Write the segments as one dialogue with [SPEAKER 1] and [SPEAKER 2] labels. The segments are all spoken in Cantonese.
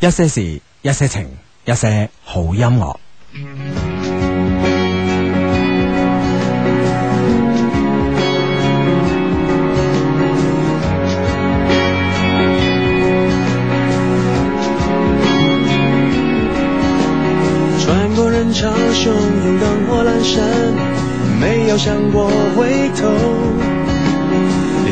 [SPEAKER 1] 一些事，一些情，一些好音樂。
[SPEAKER 2] 穿过人潮汹涌的火阑珊，没有想过回头。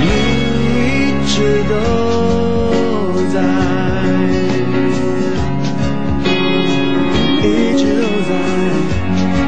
[SPEAKER 2] 你一直都在，一直都在。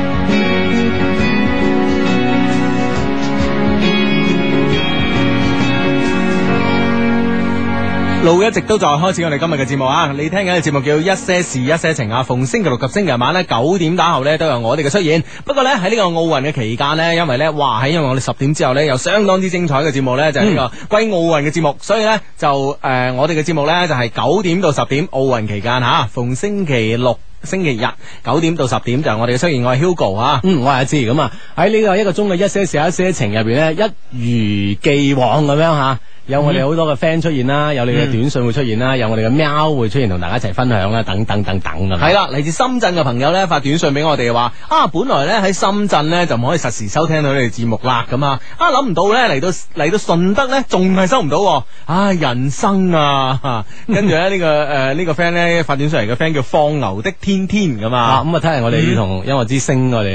[SPEAKER 1] 路一直都在開始我哋今日嘅節目啊！你聽緊嘅節目叫《一些事一些情》啊，逢星期六及星期日晚咧九點打後咧都有我哋嘅出現。不過咧喺呢個奧運嘅期間咧，因為咧哇喺因為我哋十點之後咧有相當之精彩嘅節目咧就係呢
[SPEAKER 3] 嗯
[SPEAKER 1] 個關於奧運嘅節目，所以咧就誒、呃我哋嘅節目咧就係九點到十點奧運期間吓，逢星期六。星期日九點到十點就係我哋嘅出現，我係 Hugo 啊。
[SPEAKER 3] 嗯，我係阿志咁啊，喺呢個一個鐘嘅一些事一些情入邊咧，一如既往咁樣吓，有我哋好多嘅 friend 出現啦，有你嘅短信會出現啦，有我哋嘅喵會出現同大家一齊分享啦，等等等等咁。
[SPEAKER 1] 係啦，嚟自深圳嘅朋友咧發短信俾我哋話啊，本來咧喺深圳咧就唔可以實時收聽到你哋節目啦，咁啊，啊諗唔到咧嚟到嚟到順德咧仲係收唔到喎，唉人生啊！啊 跟住咧呢個誒呢個 friend 咧發短信嚟嘅 friend 叫放牛的天天咁
[SPEAKER 3] 啊，
[SPEAKER 1] 啊，
[SPEAKER 3] 咁啊，睇嚟我哋要同音樂之星我哋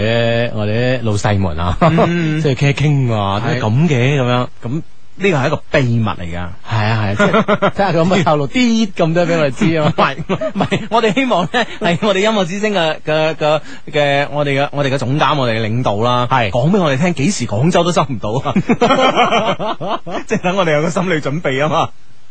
[SPEAKER 3] 啲我哋啲老細們啊，
[SPEAKER 1] 嗯
[SPEAKER 3] 即係傾一傾啊，
[SPEAKER 1] 係
[SPEAKER 3] 點解咁嘅咁樣？
[SPEAKER 1] 咁呢個係一個秘密嚟㗎。
[SPEAKER 3] 係啊係啊，即係睇下佢可唔可以透露啲咁啊多俾我哋知 啊
[SPEAKER 1] 唔？係唔係，我哋希望 咧係我哋音樂之星嘅嘅嘅嘅我哋嘅我哋嘅總監，我哋嘅領導啦，
[SPEAKER 3] 係
[SPEAKER 1] 講俾我哋聽，幾時廣州都收唔到 啊！即係等我哋有個心理準備啊 嘛。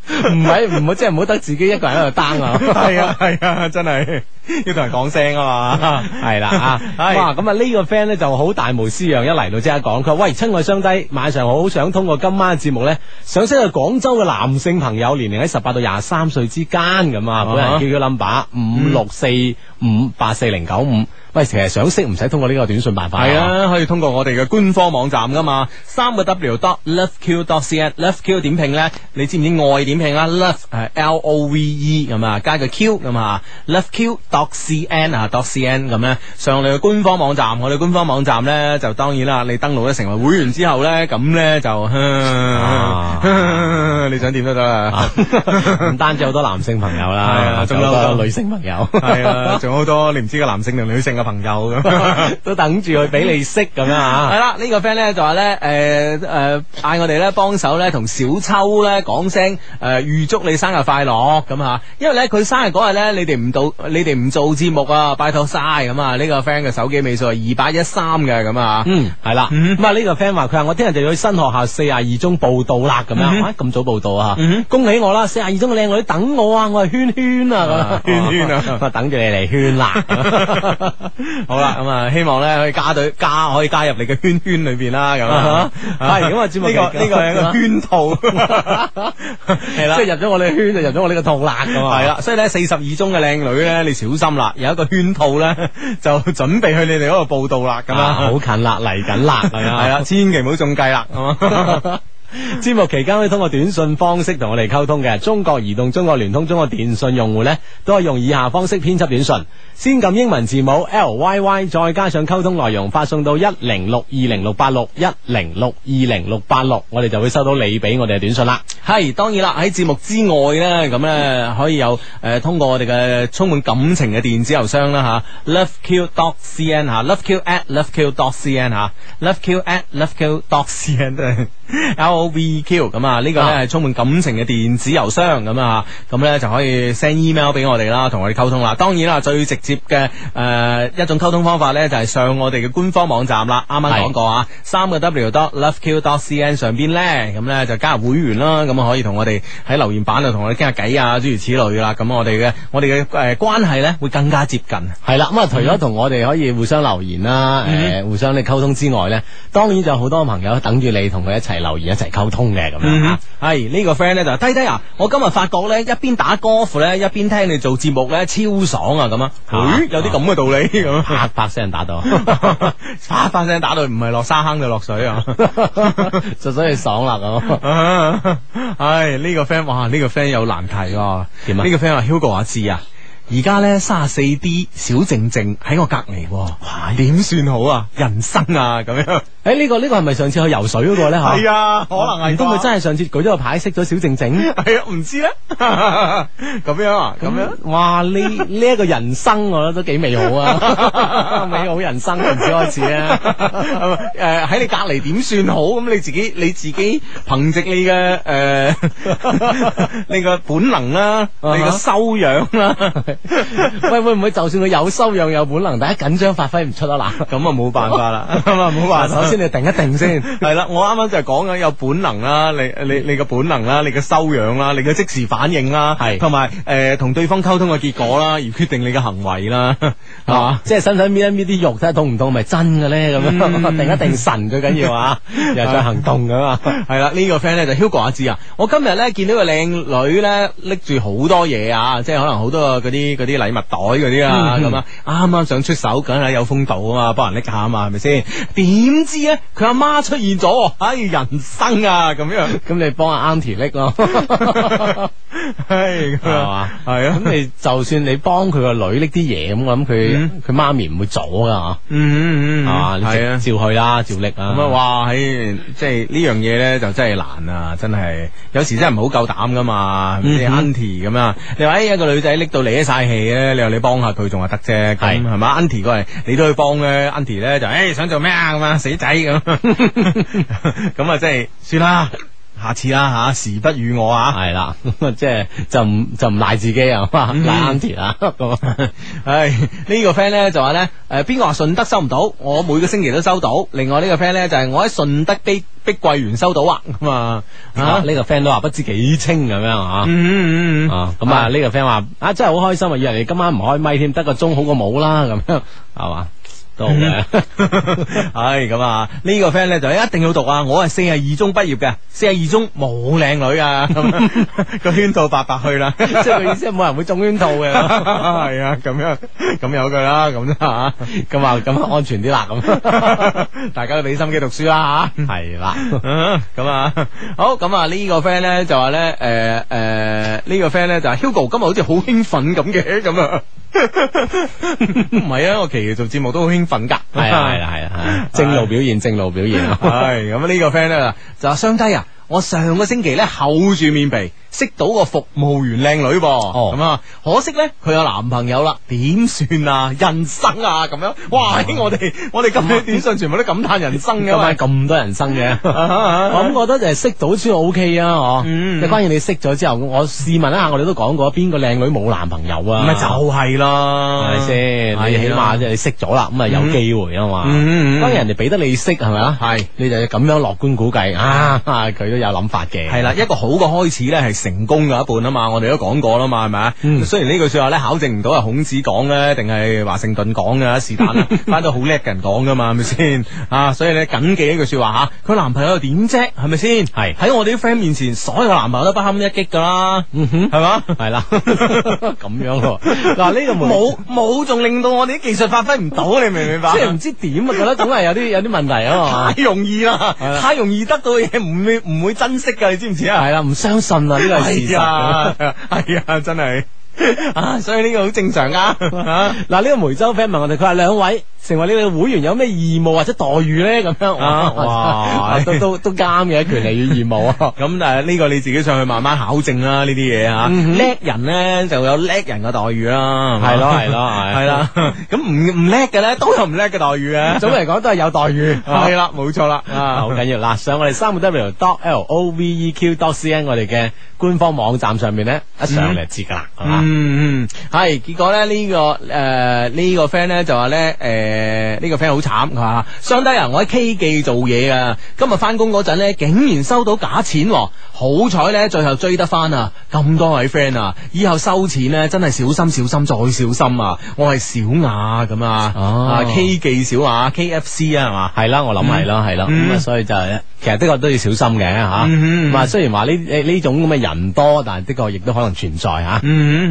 [SPEAKER 3] 唔係唔好，即係唔好得自己一個人喺度 down 啊！
[SPEAKER 1] 係啊係啊，真係要同人講聲啊 嘛。
[SPEAKER 3] 系啦啊，
[SPEAKER 1] 係
[SPEAKER 3] 哇！咁啊呢個 friend 咧就好大無私樣，一嚟到即刻講，佢話喂，親愛雙低，晚上我好想通過今晚嘅節目咧，想識個廣州嘅男性朋友，年齡喺十八到廿三歲之間咁啊，本
[SPEAKER 1] 啊哈
[SPEAKER 3] 人 QQ number 五六四五八四零九五。喂，其實想識唔使通過呢個短信辦法。
[SPEAKER 1] 係，啊，可以通過我哋嘅官方網站噶嘛，三個 W dot loveq dot cn，loveq 點拼咧？你知唔知愛點拼啦？love 係 L O V E 咁啊，加個 Q 咁啊，loveq dot cn 啊，dot cn 咁咧，上我哋嘅官方網站，我哋官方網站咧就當然啦，你登錄咗成為會員之後咧，咁咧就，你想點都得啦。
[SPEAKER 3] 啊唔單止好多男性朋友
[SPEAKER 1] 係啊
[SPEAKER 3] 啦，
[SPEAKER 1] 仲有好
[SPEAKER 3] 好
[SPEAKER 1] 多
[SPEAKER 3] 多女性朋友，
[SPEAKER 1] 係啊，仲有好多你唔知嘅男性同女性嘅朋友咁。
[SPEAKER 3] 都等住佢俾你識咁樣啊
[SPEAKER 1] 系。啦，呢、個 friend 咧就話咧，诶、诶，嗌、我哋咧幫手咧同小秋咧講聲诶預祝你生日快樂咁吓，因為咧佢生日嗰日咧你哋唔到，你哋唔做節目啊，拜託晒咁啊！呢、個 friend 嘅手機尾數係二八一三嘅咁啊，
[SPEAKER 3] 嗯，系啦，
[SPEAKER 1] 嗯
[SPEAKER 3] 咁啊呢個 friend 話佢話我聽日就要去新學校四廿二中報到啦，咁
[SPEAKER 1] 嗯
[SPEAKER 3] 樣啊咁早報到啊
[SPEAKER 1] 嗯，
[SPEAKER 3] 恭喜我啦！四廿二中嘅靚女等我啊，我係圈圈啊， 咁樣
[SPEAKER 1] 圈圈啊，
[SPEAKER 3] 我等住你嚟圈啦。
[SPEAKER 1] 好啦，咁啊，希望咧可以加到加可以加入你嘅圈圈裏边啦，咁啊
[SPEAKER 3] 啊，哈係咁啊節目
[SPEAKER 1] 呢個呢
[SPEAKER 3] 期間
[SPEAKER 1] 個係一個圈套， 係啦
[SPEAKER 3] 即。係入咗我哋圈就入咗我呢個套啦，咁啊，
[SPEAKER 1] 系啦，所以咧四十二中嘅靚女咧，你小心啦，有一個圈套咧， 就準備去你哋嗰度報道啦，咁
[SPEAKER 3] 咁啊，
[SPEAKER 1] 啊
[SPEAKER 3] 好，近 啦，嚟緊啦，係 啊，
[SPEAKER 1] 係啦，千祈唔好中計啦，咁啊。
[SPEAKER 3] 節目期間可以通過短信方式同我哋溝通嘅，中國移動、中國聯通、中國電信用戶呢，都係用以下方式編輯短信：先撳英文字母 L Y Y，再加上溝通內容，發送到一零六二零六八六一零六二零六八六，我哋就會收到你俾我哋嘅短信啦。
[SPEAKER 1] 系，當然啦，喺節目之外咧，咁咧可以有诶、呃通過我哋嘅充滿感情嘅電子郵箱啦吓，loveq dot cn 吓，loveq at loveq dot cn 吓，loveq at loveq dot cn 都係 l o v q 咁啊，呢個咧
[SPEAKER 3] 啊
[SPEAKER 1] 係充滿感情嘅電子郵箱咁啊，咁咧就可以 send email 俾我哋啦，同我哋溝通啦。當然啦，最直接嘅诶、呃一種溝通方法咧，就係上我哋嘅官方網站啦，啱啱
[SPEAKER 3] 係
[SPEAKER 1] 講過。個啊，三個 W dot loveq dot cn 上邊咧，咁咧就加入會員啦，咁啊可以同我哋喺留言板度同我哋傾下偈啊，諸如此類啦。咁我哋嘅我哋嘅呃誒關係咧會更加接近。
[SPEAKER 3] 係啦，咁啊，除咗同我哋可以互相留言啦，誒、
[SPEAKER 1] 嗯
[SPEAKER 3] 互相你溝通之外呢，當然就有好多朋友等住你同佢一齊留言、一齊溝通嘅咁樣啊。
[SPEAKER 1] 嗯，係呢、個 friend 咧就話低低啊！我今日發覺咧，一邊打 golf 咧，一邊聽你做節目咧，超爽啊！咁啊，
[SPEAKER 3] 嚇
[SPEAKER 1] 咦有啲咁嘅道理咁
[SPEAKER 3] 啪啪聲 打到，
[SPEAKER 1] 啊，啪啪聲打到唔係落沙坑就落水啊！
[SPEAKER 3] 就所以爽啦咁。
[SPEAKER 1] 啊 唉，呢、個 friend 哇，呢、個 friend 有難題喎。
[SPEAKER 3] 點啊
[SPEAKER 1] 呢個 friend 話 Hugo 阿志啊，而家咧三十四 D 小靜靜喺我隔離喎，哇，點算好啊？人生啊，咁樣
[SPEAKER 3] 诶，呢、個呢、個係咪上次去游水嗰個咧？吓，啊，
[SPEAKER 1] 啊，可
[SPEAKER 3] 唔通佢真係上次舉咗個牌識咗小靜靜？
[SPEAKER 1] 係啊，唔知咧， 咁樣啊，咁樣。，
[SPEAKER 3] 哇！呢呢一個人生，我覺得都幾美好啊， 美好人生唔知開始 啊！
[SPEAKER 1] 诶，喺你隔離點算好？咁你自己你自己憑藉你嘅诶， 你個本能啦，
[SPEAKER 3] 啊哈
[SPEAKER 1] 你個修養啦，
[SPEAKER 3] 喂，會唔會就算佢有修養有本能，但係緊張發揮唔出啊？嗱，
[SPEAKER 1] 咁啊冇辦法啦，咁啊冇辦
[SPEAKER 3] 嗱，
[SPEAKER 1] 法。
[SPEAKER 3] 首先你定一定先。嗯
[SPEAKER 1] 系啦，我啱啱就係講緊有本能啦，你你你嘅本能啦，你嘅修養啦，你嘅即時反應啦，
[SPEAKER 3] 係
[SPEAKER 1] 同埋诶同對方溝通嘅結果啦，而決定你嘅行為啦，係嘛
[SPEAKER 3] 啊，？即系使唔使搣一搣啲肉睇下痛唔痛，咪真嘅咧咁
[SPEAKER 1] 嗯
[SPEAKER 3] 樣， 定一定神最緊 要啊，又再行動啊噶嘛。
[SPEAKER 1] 系啦，呢、個 friend 咧就 Hugo 阿志啊，我今日咧見到個靚女咧拎住好多嘢啊，即係可能好多嗰啲嗰啲禮物袋嗰啲啊，
[SPEAKER 3] 嗯
[SPEAKER 1] 咁啊啱啱想出手，梗係有風度啊嘛，幫人拎下啊嘛，係咪先？點知咧佢阿媽出現咗喎，唉、人生啊咁樣，
[SPEAKER 3] 咁你幫阿 Auntie 拎 咯，
[SPEAKER 1] 係咁
[SPEAKER 3] 係
[SPEAKER 1] 啊
[SPEAKER 3] 嘛，
[SPEAKER 1] 係啊，
[SPEAKER 3] 咁你就算你幫佢個女拎啲嘢咁，我諗佢
[SPEAKER 1] 嗯
[SPEAKER 3] 佢媽咪唔會阻噶
[SPEAKER 1] 嗯嗯
[SPEAKER 3] 嚇，啊，
[SPEAKER 1] 嗯，
[SPEAKER 3] 你
[SPEAKER 1] 係啊
[SPEAKER 3] 照。照去啦，照拎啦。
[SPEAKER 1] 咁啊，哇！喺即係呢樣嘢咧，就真係難啊！真係有時真係唔好夠膽噶嘛，係咪
[SPEAKER 3] 嗯
[SPEAKER 1] 先 u n t i 咁啊，你話誒一個女仔拎到你晒氣咧，你話你幫下佢仲話得啫，咁
[SPEAKER 3] 係
[SPEAKER 1] 係嘛 u n t i 過嚟你都去幫咧 u n t i 咧就誒想做咩啊咁啊，死仔咁， 咁啊真係算啦，下次啦嚇，時不與我啊！
[SPEAKER 3] 係啦， 即係就唔就唔賴自己啊，賴
[SPEAKER 1] 嗯
[SPEAKER 3] Auntie 啊，咁啊
[SPEAKER 1] 唉，呢、個 friend 咧就話咧，诶、邊边個話順德收唔到？我每個星期都收到。另外呢個 friend 咧就係我喺順德碧碧桂園收到啊，咁啊，
[SPEAKER 3] 啊呢個 friend 都話不知幾清咁樣啊。
[SPEAKER 1] 嗯嗯嗯嗯
[SPEAKER 3] 啊，咁啊呢個 friend 話啊真係好開心啊，以為你今晚唔開咪添，得個鐘好過冇啦，咁樣係嘛，都好嘅。
[SPEAKER 1] 唉，咁啊，呢個 friend 咧就一定要讀啊！我係四十二中畢業嘅，四十二中冇靚女啊， 咁個圈套白白去啦。
[SPEAKER 3] 即係佢意思係冇人會中圈套 嘅，
[SPEAKER 1] 係啊，咁樣 咁有佢啦，咁啊，
[SPEAKER 3] 咁啊咁啊安全啲啦，咁
[SPEAKER 1] 大家都俾心機讀書啦吓。
[SPEAKER 3] 係啦，
[SPEAKER 1] 嗯 咁啊，好咁啊，呢個 friend 咧就話咧，诶诶，呢個 friend 咧就係 Hugo 今日好似好興奮咁嘅，咁啊， 唔係啊，我其實做節目都好興奮㗎，
[SPEAKER 3] 係啦係啦係啦，係啦正路表現正路表 現，
[SPEAKER 1] 系咁呢個 friend 咧就話雙低啊，我上個星期咧厚住面皮識到個服務員靚女噃，
[SPEAKER 3] 哦
[SPEAKER 1] 咁啊、可惜咧佢有男朋友啦，點算啊？人生啊咁樣，哇！我哋我哋今日短信全部都感嘆人生啊
[SPEAKER 3] 今
[SPEAKER 1] 噶嘛
[SPEAKER 3] 晚，哦咁多人生嘅。
[SPEAKER 1] 啊
[SPEAKER 3] 我
[SPEAKER 1] 咁
[SPEAKER 3] 咁覺得就係識到先 O K 啊，嗬、
[SPEAKER 1] 嗯
[SPEAKER 3] 即係關鍵你識咗之後，我試問一下，我哋都講過邊個靚女冇男朋友啊？
[SPEAKER 1] 咪就係啦，
[SPEAKER 3] 係咪先？你起碼即係你識咗啦，咁啊有機會啊嘛。
[SPEAKER 1] 嗯嗯嗯
[SPEAKER 3] 當然人哋俾得你識係咪啊？
[SPEAKER 1] 係
[SPEAKER 3] 你就咁樣樂觀估計啊，佢都有諗法嘅。
[SPEAKER 1] 系啦，一個好嘅開始咧係成功嘅一半啊嘛，我哋都講過啦嘛，係咪啊？
[SPEAKER 3] 嗯
[SPEAKER 1] 雖然呢句说話咧考證唔到係孔子講嘅，定係華盛頓講嘅，是 但啦，翻到好叻嘅人講噶嘛，係咪先？啊，所以咧謹記呢句说話吓，佢男朋友又點啫？係咪先？
[SPEAKER 3] 係
[SPEAKER 1] 喺我哋啲 friend 面前，所有男朋友都不堪一擊噶啦，
[SPEAKER 3] 嗯哼，
[SPEAKER 1] 係嘛？
[SPEAKER 3] 係啦，咁樣咯。嗱呢個門
[SPEAKER 1] 冇冇，仲令到我哋啲技術發揮唔到，你明唔明白？
[SPEAKER 3] 即係唔知點啊，覺得總係有啲有啲問題啊嘛
[SPEAKER 1] 太。容易啦，
[SPEAKER 3] 係啦
[SPEAKER 1] 太容易得到嘅嘢唔會唔會珍惜噶，你知唔知啊？
[SPEAKER 3] 係啦，唔相信啊，呢個係事
[SPEAKER 1] 系
[SPEAKER 3] 實。
[SPEAKER 1] 啊， 係啊，真係啊，所以呢個好正常啊 噶。
[SPEAKER 3] 嗱，呢個梅州 friend 問我哋，佢話兩位成為你哋會員有咩義務或者待遇咧？咁樣
[SPEAKER 1] 啊哇
[SPEAKER 3] 都都都啱嘅， 權利與義務啊。
[SPEAKER 1] 咁但係呢個你自己上去慢慢考證啦，呢啲嘢吓，
[SPEAKER 3] 嗯哼
[SPEAKER 1] 叻人咧就有叻人嘅待遇啦，
[SPEAKER 3] 係咯係咯 係
[SPEAKER 1] 系啦。咁唔唔叻嘅咧，都有唔叻嘅待遇嘅。
[SPEAKER 3] 總嚟講都係有待遇。
[SPEAKER 1] 係啦，冇錯啦，
[SPEAKER 3] 啊，好緊要嗱，上我哋三個 W dot L O V E Q dot C N 我哋嘅官方網站上面咧，一上嚟就知噶啦，係嘛？
[SPEAKER 1] 嗯嗯，系结果咧呢、個个诶呢、個个 friend 咧就話咧诶呢個 friend 好慘，佢話相低啊，我喺 K 記做嘢啊，今日翻工嗰陣咧竟然收到假錢喎，好彩咧最後追得翻啊！咁多位 friend 啊，以後收錢咧真係小心小心再小心啊！我係小雅咁啊，
[SPEAKER 3] 哦
[SPEAKER 1] 啊 K 記小雅 KFC 啊係嘛？
[SPEAKER 3] 係啦，我諗係啦，係啦，
[SPEAKER 1] 嗯
[SPEAKER 3] 咁啊，所以就係其實的確都要小心嘅吓。
[SPEAKER 1] 嗯嗯嗯
[SPEAKER 3] 咁啊，雖然話呢呢呢種咁嘅人多，但係的確亦都可能存在吓。
[SPEAKER 1] 嗯嗯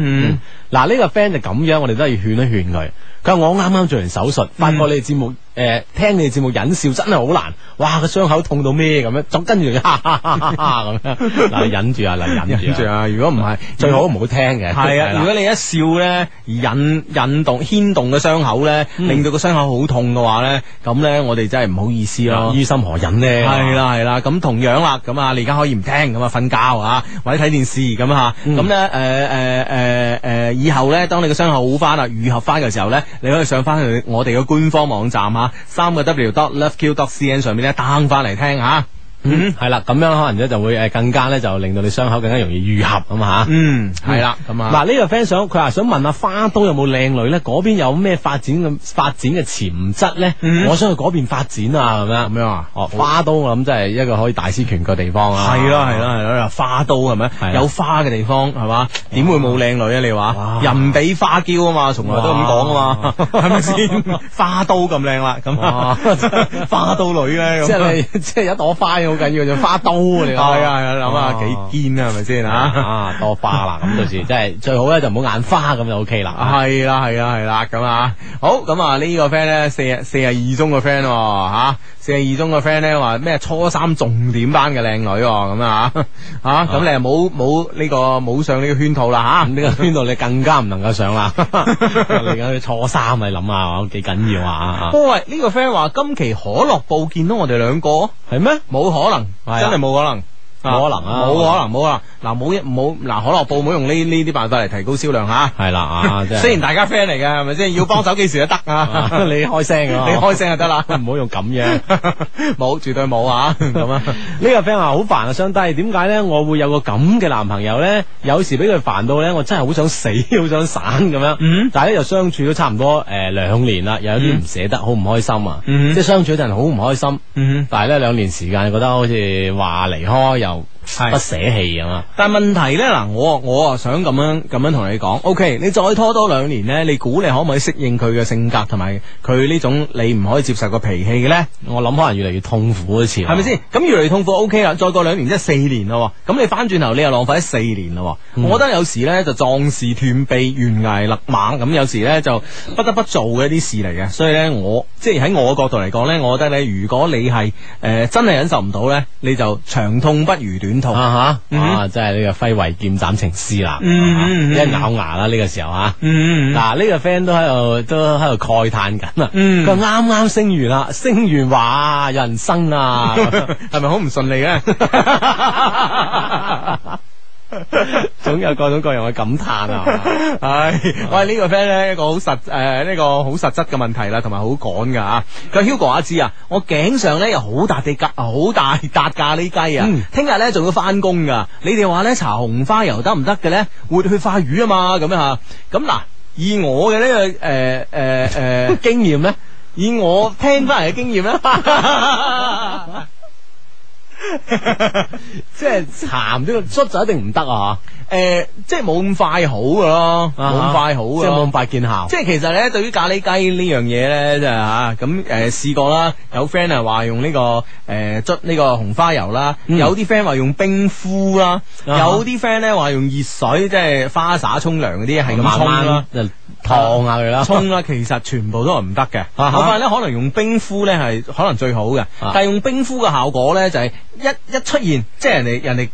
[SPEAKER 3] 嗱，呢個 friend 就咁樣，我哋都係要勸一勸佢。佢話我啱啱做完手術，發覺你哋節目
[SPEAKER 1] 嗯
[SPEAKER 3] 誒聽你哋節目忍笑真係好難，哇個傷口痛到咩咁樣，咁跟住就哈哈哈哈哈咁樣，嗱忍住啊，嗱
[SPEAKER 1] 嗯，
[SPEAKER 3] 忍
[SPEAKER 1] 忍
[SPEAKER 3] 住
[SPEAKER 1] 住
[SPEAKER 3] 啊，
[SPEAKER 1] 啊！如果唔係
[SPEAKER 3] 最好唔好聽嘅，
[SPEAKER 1] 系啊，
[SPEAKER 3] 啦
[SPEAKER 1] 如果你一笑咧，而引引動牽動嘅傷口咧，
[SPEAKER 3] 嗯
[SPEAKER 1] 令到個傷口好痛嘅話咧，咁咧我哋真係唔好意思咯。
[SPEAKER 3] 於心何忍呢？
[SPEAKER 1] 係，啦係啦，咁同樣啦，咁啊你而家可以唔聽咁啊瞓覺啊，或者睇電視咁啊，
[SPEAKER 3] 嗯
[SPEAKER 1] 咁咧誒誒誒誒，呃以後咧當你個傷口好翻啦，愈合翻嘅時候咧，你可以上翻去我哋嘅官方網站啊，三個 W dot loveq dot cn 上面咧 down 翻嚟聽吓。嗯
[SPEAKER 3] 系啦，咁樣可能咧就會诶更加咧就令到你傷口更加容易愈合咁啊吓。
[SPEAKER 1] 嗯，系啦，咁啊，
[SPEAKER 3] 嗱呢個 friend 想佢話想問下花都有冇靚女咧？嗰邊有咩發展嘅發展嘅潛質咧？
[SPEAKER 1] 嗯
[SPEAKER 3] 我想去嗰邊發展啊，咁樣
[SPEAKER 1] 咁樣啊
[SPEAKER 3] 哦，花都我諗真係一個可以大施拳腳嘅地方啊。
[SPEAKER 1] 系咯系咯系咯，花都係咪？
[SPEAKER 3] 啊
[SPEAKER 1] 有花嘅地方係嘛？點會冇靚女啊？你
[SPEAKER 3] 哇
[SPEAKER 1] 話人比花嬌啊嘛，從來都咁講啊嘛，係咪先？花都咁靚啦，咁啊花都女咧，咁
[SPEAKER 3] 即係你即係一朵花好緊要，就花都啊你
[SPEAKER 1] 係
[SPEAKER 3] 講
[SPEAKER 1] 啊係啊，諗下幾堅啊，係咪先啊？
[SPEAKER 3] 啊多花啦，咁到 時真係最好咧就唔好眼花咁就 OK 啦。啊
[SPEAKER 1] 啊係啦係啦係啦，咁啊好咁啊呢個 friend 咧四啊四啊二中嘅 friend 吓，四啊二中嘅 friend 咧話咩初三重點班嘅靚女喎咁啊吓咁你又冇冇呢個冇上呢個圈套啦啊
[SPEAKER 3] 咁
[SPEAKER 1] 吓。
[SPEAKER 3] 呢 個圈度你更加唔能夠上啦， 你緊要初三你諗下幾緊要 啊？
[SPEAKER 1] 喂，呢、個 friend 話今期可樂報見到我哋兩個，
[SPEAKER 3] 係咩？
[SPEAKER 1] 冇可能，
[SPEAKER 3] 係啊
[SPEAKER 1] 真係冇可能。
[SPEAKER 3] 冇可能啊
[SPEAKER 1] 冇可能，冇可能。嗱，冇一冇嗱，可樂報冇用呢呢啲辦法嚟提高銷量吓。
[SPEAKER 3] 係啦啊，即 係
[SPEAKER 1] 雖然大家 friend 嚟嘅，係咪先？要幫手幾時都得啊
[SPEAKER 3] 啊！ 你開 聲
[SPEAKER 1] 你
[SPEAKER 3] 啊，
[SPEAKER 1] 開聲就得啦。
[SPEAKER 3] 唔好用咁樣。
[SPEAKER 1] 冇，絕對冇啊！咁啊，
[SPEAKER 3] 呢個 friend 話好煩啊，相低，點解咧我會有個咁嘅男朋友咧？有時俾佢煩到咧，我真係好想死，好想散咁樣。
[SPEAKER 1] 嗯
[SPEAKER 3] 但係咧又相處咗差唔多誒兩、年啦，又有啲唔捨得，好唔開心啊！
[SPEAKER 1] 嗯
[SPEAKER 3] 即係相處嗰陣好唔開心，
[SPEAKER 1] 嗯，
[SPEAKER 3] 但係咧兩年時間覺得好似話離開又不捨棄咁啊！
[SPEAKER 1] 但問題咧，嗱，我我啊想咁樣咁樣同你講，OK，你再拖多兩年咧，你估你可唔可以適應佢嘅性格同埋佢呢種你唔可以接受嘅脾氣嘅咧？
[SPEAKER 3] 我諗可能越嚟越痛苦一次，啊
[SPEAKER 1] 係咪？先？咁越嚟越痛苦 O K 啦，再過兩年即係四年咯喎，咁你翻轉頭你又浪費咗四年咯喎。我覺得有時咧就壯士斷臂、懸崖勒馬，咁有時咧就不得不做嘅一啲事嚟嘅。所以咧，我即係喺我角度嚟講咧，我覺得咧，如果你係誒、呃真係忍受唔到咧，你就長痛不如短痛。
[SPEAKER 3] 啊吓，
[SPEAKER 1] 嗯哼
[SPEAKER 3] 啊真係呢個揮慧劍斬情絲啦，啊
[SPEAKER 1] 嗯嗯嗯
[SPEAKER 3] 一咬牙啦呢個時候啊！
[SPEAKER 1] 嗯
[SPEAKER 3] 嗱，呢個 friend 都喺度都喺度慨嘆緊啊！
[SPEAKER 1] 嗯
[SPEAKER 3] 佢話啱啱升完啦，升完話人生啊，
[SPEAKER 1] 係咪好唔順利 咧？
[SPEAKER 3] 總有各種各樣嘅感嘆啊！
[SPEAKER 1] 唉，喂，呢、個 friend 咧一個好實誒，呢、個好實質嘅問題啦，同埋好趕噶啊！佢話 Hugo 阿芝啊，我頸上咧有好大滴咖，好大笪咖喱雞啊
[SPEAKER 3] 嗯！
[SPEAKER 1] 聽日咧仲要翻工噶，你哋話咧搽紅花油得唔得嘅咧？活血化瘀啊嘛，咁樣嚇。咁嗱，以我嘅呢、個誒誒誒。
[SPEAKER 3] 經驗咧，
[SPEAKER 1] 以我聽翻嚟嘅經驗咧。
[SPEAKER 3] 即係鹹咗個卒就一定唔得啊！
[SPEAKER 1] 诶、即係冇咁快好噶咯，
[SPEAKER 3] 啊
[SPEAKER 1] 冇咁快好噶
[SPEAKER 3] 即係冇
[SPEAKER 1] 咯
[SPEAKER 3] 咁。快見效。
[SPEAKER 1] 即係其實咧，對於咖喱雞呢樣嘢咧，真係吓咁诶試過啦，有 friend 啊話用呢、個诶捽呢個紅花油啦，
[SPEAKER 3] 嗯
[SPEAKER 1] 有啲 friend 話用冰敷啦，
[SPEAKER 3] 啊哈
[SPEAKER 1] 有啲 friend 咧話用熱水，即係花灑沖涼嗰啲係咁
[SPEAKER 3] 慢
[SPEAKER 1] 沖啦
[SPEAKER 3] 慢。就燙下佢啦，
[SPEAKER 1] 沖啦，其實全部都係唔得嘅。
[SPEAKER 3] 啊啊哈啊
[SPEAKER 1] 我發現咧，可能用冰敷咧係可能最好嘅，但係用冰敷嘅效果咧就係、一一出現，即係人哋人哋。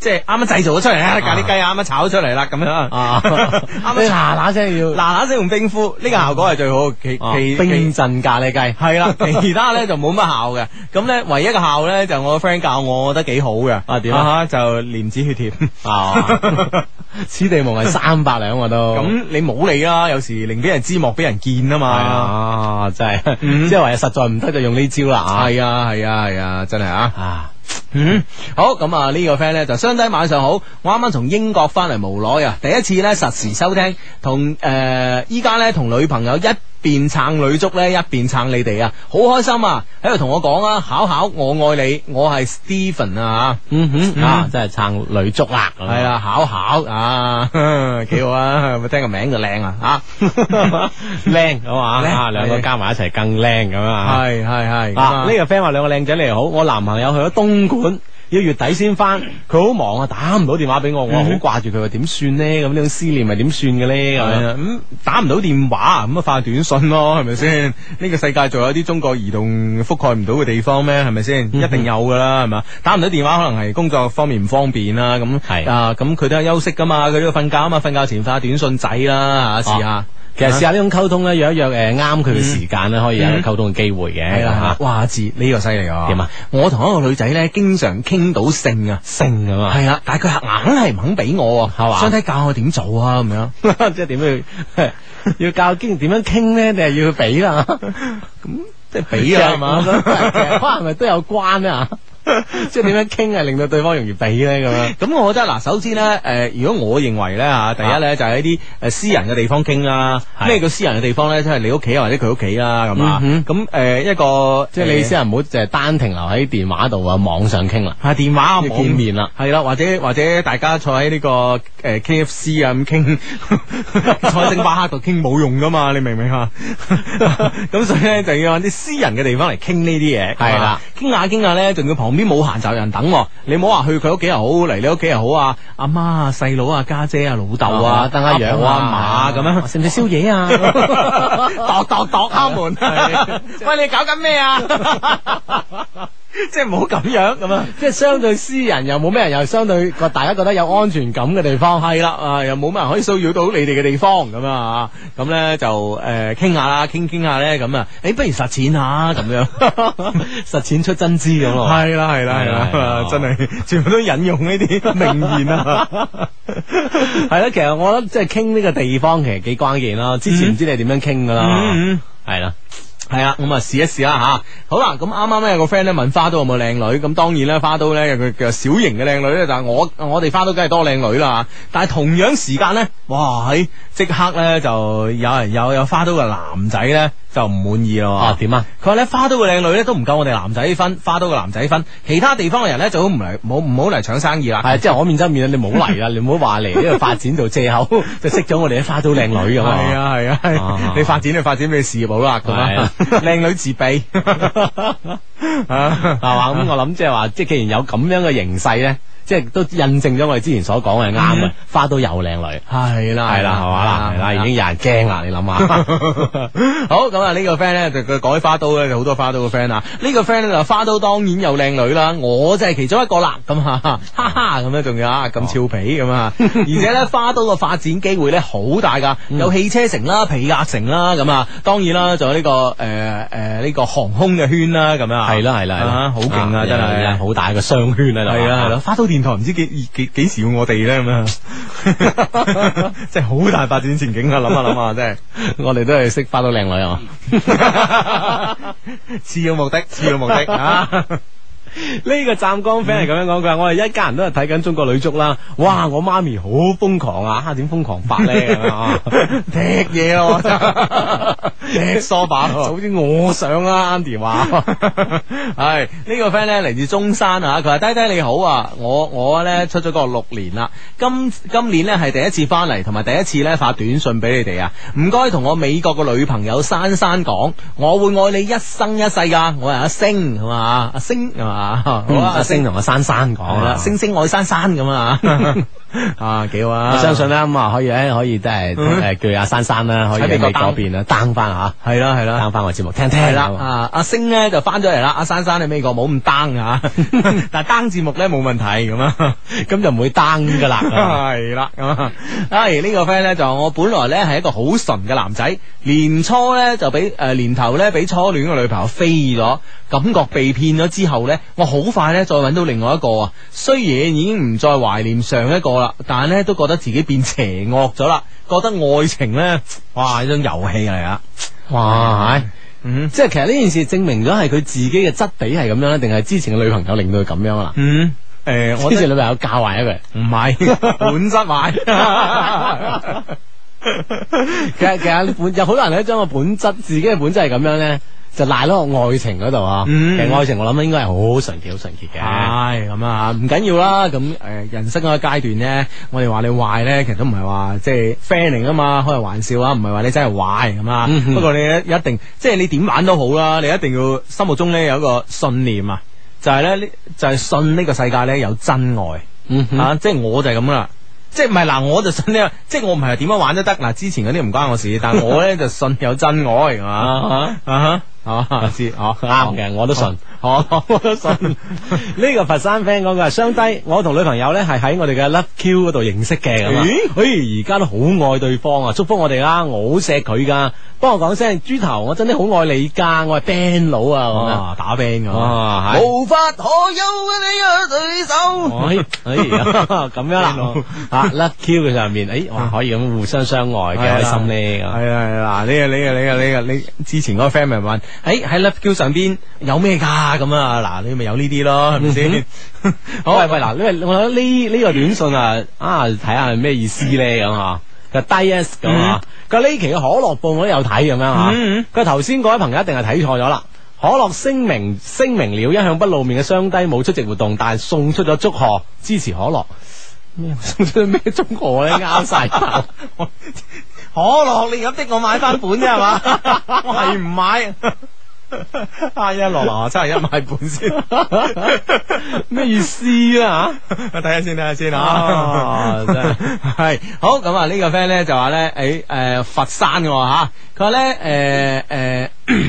[SPEAKER 1] 即係啱啱製造咗出嚟哎啦，咖喱雞啱啱炒咗出嚟啦，咁樣
[SPEAKER 3] 啊，
[SPEAKER 1] 啱
[SPEAKER 3] 你
[SPEAKER 1] 啱
[SPEAKER 3] 嗱嗱聲要
[SPEAKER 1] 嗱嗱聲哦用冰敷，呢個效果係最好。其
[SPEAKER 3] 啊
[SPEAKER 1] 其
[SPEAKER 3] 冰
[SPEAKER 1] 其
[SPEAKER 3] 鎮咖喱雞。
[SPEAKER 1] 係啦，其他咧就冇乜效嘅。咁咧唯一嘅效咧就我個 friend 教我，我覺得幾好嘅。
[SPEAKER 3] 啊點啊
[SPEAKER 1] 哈就廉子血 貼。
[SPEAKER 3] 啊！此地無銀三百兩我都
[SPEAKER 1] 咁你冇理啦，有時寧俾人知莫俾人見啊
[SPEAKER 3] 係
[SPEAKER 1] 嘛。
[SPEAKER 3] 啊，真係，
[SPEAKER 1] 嗯
[SPEAKER 3] 即係話實在唔得就用呢招啦啊！
[SPEAKER 1] 係啊係啊係啊，真係啊！
[SPEAKER 3] 啊，
[SPEAKER 1] 嗯，好咁啊！呢、個 friend 咧就相低晚上好，我啱啱從英國翻嚟無耐啊，第一次咧實時收聽，同誒依家咧同女朋友一邊撐女足咧，一邊撐你哋啊，好開心啊！喺度同我講啊，考考我愛你，我係 Steven 啊，
[SPEAKER 3] 嗯哼，
[SPEAKER 1] 嗯
[SPEAKER 3] 啊，真係撐女足啦，咁樣
[SPEAKER 1] 係啊，考考啊， 幾好啊，咪聽個名就靚啊，啊，
[SPEAKER 3] 靚咁啊，
[SPEAKER 1] 靚
[SPEAKER 3] 啊兩個加埋一齊更靚咁啊！
[SPEAKER 1] 係係係咁
[SPEAKER 3] 啊，
[SPEAKER 1] 啊
[SPEAKER 3] 呢個 friend 話兩個靚仔你哋好，我男朋友去咗東莞。要月底先 翻，佢好忙啊，打唔到電話俾我，我
[SPEAKER 1] 嗯
[SPEAKER 3] 好掛住佢，話點算呢？咁呢種思念係點算嘅咧？咁
[SPEAKER 1] 係
[SPEAKER 3] 樣
[SPEAKER 1] 啊，咁打唔到電話，咁啊發短信咯，係咪先？ 呢、個世界仲有啲中國移動覆蓋唔到嘅地方咩？係咪先？
[SPEAKER 3] 嗯
[SPEAKER 1] 一定有噶啦，係嘛？打唔到電話，可能係工作方面唔方便啦。咁
[SPEAKER 3] 係
[SPEAKER 1] 啊，咁佢都係休息噶嘛，佢都要瞓覺啊嘛，瞓覺前發短信仔啦，啊嚇試下。
[SPEAKER 3] 其實試下呢種溝通咧，約一約誒啱佢嘅時間咧，可以有一個溝通嘅機會嘅
[SPEAKER 1] 係
[SPEAKER 3] 嚇。
[SPEAKER 1] 啦
[SPEAKER 3] 啊，
[SPEAKER 1] 哇！字呢個犀利啊！
[SPEAKER 3] 點啊？
[SPEAKER 1] 我同一個女仔咧，經常傾到性啊，
[SPEAKER 3] 性咁啊，
[SPEAKER 1] 係啦，但係佢硬係唔肯俾我啊，
[SPEAKER 3] 係嘛
[SPEAKER 1] 相睇教我點做啊，咁樣。
[SPEAKER 3] 即係點樣 要要教經點樣傾咧，定係要俾啦？
[SPEAKER 1] 即係俾啊，係嘛？
[SPEAKER 3] 其實可能係咪都有關啊？即系点样倾啊，令到对方容易俾咧咁样。
[SPEAKER 1] 咁我覺得嗱，首先咧，誒、如果我認為咧嚇，第一咧就係一啲誒私人嘅地方傾啦。
[SPEAKER 3] 啊係
[SPEAKER 1] 咩叫私人嘅地方咧？即係你屋企啊，或者佢屋企啦咁啊。
[SPEAKER 3] 嗯
[SPEAKER 1] 咁誒、一個
[SPEAKER 3] 即系你先唔好就系單停留喺電話度啊，網上傾啦。
[SPEAKER 1] 啊電話啊
[SPEAKER 3] 要見面啦，
[SPEAKER 1] 網係啦，或者或者大家坐喺呢、個誒 K F C 啊咁傾， 坐喺星巴克度傾冇用噶嘛，你明唔明啊？ 咁所以咧就要揾啲私人嘅地方嚟傾呢啲嘢，
[SPEAKER 3] 係啦，
[SPEAKER 1] 傾下傾下咧，仲要旁邊冇閒雜人等喎，你唔好話去佢屋企又好，嚟你屋企又好啊，阿媽啊、細佬啊、家姐啊、老豆啊、
[SPEAKER 3] 哦等下
[SPEAKER 1] 阿
[SPEAKER 3] 樣
[SPEAKER 1] 婆 啊、阿嫲咁樣。
[SPEAKER 3] 食唔食宵 夜啊？
[SPEAKER 1] 度度度敲 門，喂你搞緊咩啊？ 即係唔好咁樣咁啊！
[SPEAKER 3] 即係相對私人又冇咩人，又相對個大家覺得有安全感嘅地方。
[SPEAKER 1] 系啦，啊又冇乜人可以騷擾到你哋嘅地方咁啊，咁咧就诶倾下啦，傾傾下咧咁啊，诶不如實踐下咁樣，
[SPEAKER 3] 實踐出真知咁咯。
[SPEAKER 1] 係啦係啦係
[SPEAKER 3] 係啦
[SPEAKER 1] 啦，真係全部都引用呢啲名言啊，
[SPEAKER 3] 係啦，其實我覺得即係傾呢個地方其實幾關鍵啦。之前唔知你點樣傾噶啦，
[SPEAKER 1] 嗯
[SPEAKER 3] 係啦，
[SPEAKER 1] 係啦，咁啊試一試啦吓，好啦，咁啱啱咧有個 friend 咧問花都有冇靚女，咁當然咧花都咧有佢嘅小型嘅靚女咧，但係我我哋花都梗係多靚女啦，但係同樣時間咧，哇喺即刻咧就有人有有花都嘅男仔咧就唔滿意咯喎。
[SPEAKER 3] 啊點啊？
[SPEAKER 1] 佢話咧花都嘅靚女咧都唔夠我哋男仔分，花都嘅男仔分，其他地方嘅人咧就好唔嚟，唔好唔好嚟搶生意啦。
[SPEAKER 3] 係即係我面真面啊！你唔好 嚟啦，你唔好話嚟呢度發展做藉口， 就識咗我哋啲花都靚女
[SPEAKER 1] 係
[SPEAKER 3] 咁
[SPEAKER 1] 啊係啊，係
[SPEAKER 3] 啊
[SPEAKER 1] 你發展就發展俾事業好啦，咁
[SPEAKER 3] 係
[SPEAKER 1] 啊
[SPEAKER 3] 啊，
[SPEAKER 1] 靚女自 備，啊
[SPEAKER 3] 係嘛？啊
[SPEAKER 1] 嗯
[SPEAKER 3] 咁我諗即係話，即係既然有咁樣嘅形勢咧，即係都印證咗我哋之前所講嘅啱嘅
[SPEAKER 1] 嗯，
[SPEAKER 3] 啊
[SPEAKER 1] 啊
[SPEAKER 3] 花都有靚女，
[SPEAKER 1] 係啦
[SPEAKER 3] 係啦，係嘛啦，
[SPEAKER 1] 啊
[SPEAKER 3] 係啦，已經有人驚啦，你諗下。
[SPEAKER 1] 好咁啊！呢個 friend 咧就佢改花都咧，就好多花都嘅 friend 啊。呢個 friend 咧就花都當然有靚女啦，我就係其中一個啦。咁啊， 哈哈咁樣仲有啊，咁俏皮咁啊。而且咧，花都嘅發展機會咧好大噶，有汽車城啦、皮革城啦，咁啊，當然啦，仲有呢個誒誒呢個航空嘅圈啦，咁樣啊
[SPEAKER 3] 系啦系啦系
[SPEAKER 1] 啊
[SPEAKER 3] 啦，
[SPEAKER 1] 好勁啊真係
[SPEAKER 3] 有有好大個商圈喺度。
[SPEAKER 1] 係啊係 啦，花都電台唔知幾幾幾時要我哋咧咁 樣，即係好大發展前景啊！諗下諗下真係。
[SPEAKER 3] 我哋都係識花到靚女
[SPEAKER 1] 嗯
[SPEAKER 3] 啊！
[SPEAKER 1] 次要目的，次要目的啊！
[SPEAKER 3] 呢個湛江 friend 係咁樣講，佢話我哋一家人都係睇緊中國女足啦。哇！我媽咪好瘋狂啊，啊點瘋狂法 咧咁樣啊！
[SPEAKER 1] 踢嘢咯， 踢梳化
[SPEAKER 3] 就好似我上啦 ，Andy 話。
[SPEAKER 1] 系呢個 friend 咧嚟自中山啊，佢話：低低你好啊，我我咧出咗個六年啦，今今年咧係第一次翻嚟，同埋第一次咧發短信俾你哋啊，唔該同我美國嘅女朋友珊珊講，我會愛你一生一世噶，我係阿星係嘛，阿星係嘛，好
[SPEAKER 3] 嗯
[SPEAKER 1] 啊，
[SPEAKER 3] 阿星同哦阿珊珊講啊
[SPEAKER 1] 係啦，
[SPEAKER 3] 啦，
[SPEAKER 1] 星星愛珊珊咁 啊，啊幾好啊，
[SPEAKER 3] 我相信啦，咁啊可以咧，可以都係
[SPEAKER 1] 嗯
[SPEAKER 3] 誒叫阿珊珊啦，可以
[SPEAKER 1] 喺美
[SPEAKER 3] 喺
[SPEAKER 1] 國
[SPEAKER 3] 美國嗰邊啊啦，down 翻嚇
[SPEAKER 1] 係啦係啦。
[SPEAKER 3] ，down 翻我節目聽聽
[SPEAKER 1] 系啦，
[SPEAKER 3] 咁啊
[SPEAKER 1] 啊阿星咧就翻咗嚟啦，阿珊珊喺美國冇咁 down 啊，但系 down 節目咧冇問題咁 啊。
[SPEAKER 3] 咁就唔會 down 噶啦。
[SPEAKER 1] 系啦，咁啊，唉，呢個 friend 咧就話我本來咧係一個好純嘅男仔，年初咧就俾诶、呃年頭咧俾初戀嘅女朋友飛咗，感覺被騙咗之後咧，我好快咧再揾到另外一個啊，雖然已經唔再懷念上一個啦，但係咧都覺得自己變邪惡咗啦，覺得愛情咧，哇，一種遊戲嚟啊，
[SPEAKER 3] 哇！係
[SPEAKER 1] 嗯
[SPEAKER 3] 即係其實呢件事證明咗係佢自己嘅質地係咁樣咧，定係之前嘅女朋友令到佢咁樣啦？
[SPEAKER 1] 嗯，诶、我
[SPEAKER 3] 之前女朋友教壞咗佢。
[SPEAKER 1] 唔 係本質壞。
[SPEAKER 3] 其實其實本有好多人咧，將個本質自己嘅本質係咁樣咧，就賴落愛情嗰度啊。
[SPEAKER 1] 嗯
[SPEAKER 3] 其實愛情我諗應該係好純潔、好純潔嘅。
[SPEAKER 1] 唉，咁啊，唔緊要啦。咁诶、誒人生嗰個階段咧，我哋話你壞咧，其實都唔係話即係 friend 嚟噶嘛，開下玩笑啊，唔係話你真係壞咁啊。
[SPEAKER 3] 嗯哼
[SPEAKER 1] 不過你一一定，即係你點玩都好啦，你一定要心目中咧有一個信念啊，就係呢、咧，就係、信呢個世界咧有真愛。
[SPEAKER 3] 嗯哼
[SPEAKER 1] 啊，即系我就系咁啦。即系唔系嗱，我就信呢， 即系我唔系点样玩都得嗱。之前嗰啲唔关我事， 但我咧就信有真愛，係嘛
[SPEAKER 3] 啊
[SPEAKER 1] 啊哈啊知哦
[SPEAKER 3] 啱嘅，我都信。
[SPEAKER 1] 哦， 我都信。
[SPEAKER 3] 呢個佛山 friend 講佢話相低，我同女朋友咧係喺我哋嘅 Love Q 嗰度認識嘅咁啊。
[SPEAKER 1] 咦
[SPEAKER 3] 誒，而家都好愛對方啊，祝福我哋啦！我好錫佢噶，幫我講聲豬頭，我真係好愛你㗎，我係 band 佬啊咁
[SPEAKER 1] 哦
[SPEAKER 3] 啊，打 band 咁啊，係
[SPEAKER 2] 無法可休嘅呢個對手。
[SPEAKER 3] 哎哎呀，咁樣啦，啊 l u c Q 嘅上面，哎，哇，可以咁互相相愛，幾開心咧咁。
[SPEAKER 1] 啊係啊，嗱，呢個呢個呢個呢個，你之前嗰個 friend 咪問，誒喺 Love Q 上邊有咩㗎咁啊？嗱，你咪有呢啲咯，係咪先？
[SPEAKER 3] 好，喂喂，嗱，呢個我覺得呢呢個短信啊，啊，睇下係咩意思咧咁啊。佢話低 S 咁啊，佢話呢期嘅可樂報我都有睇咁樣
[SPEAKER 1] 嗯
[SPEAKER 3] 吓。
[SPEAKER 1] 嗯嗯
[SPEAKER 3] 佢話頭先嗰位朋友一定係睇錯咗啦。可樂聲明聲明了，一向不露面嘅雙低冇出席活動，但係送出咗祝賀，支持可樂。咩送出咩祝賀咧？啱晒頭。
[SPEAKER 1] 可樂你咁的我買翻本啫係嘛？我係唔買。啊！一落樓真係一買本先，
[SPEAKER 3] 咩意思啊？
[SPEAKER 1] 我睇下先，睇下先啊
[SPEAKER 3] 啊！真係
[SPEAKER 1] 係好咁啊！呢個 friend 咧就話咧，誒誒佛山嘅喎嚇，佢話咧誒誒。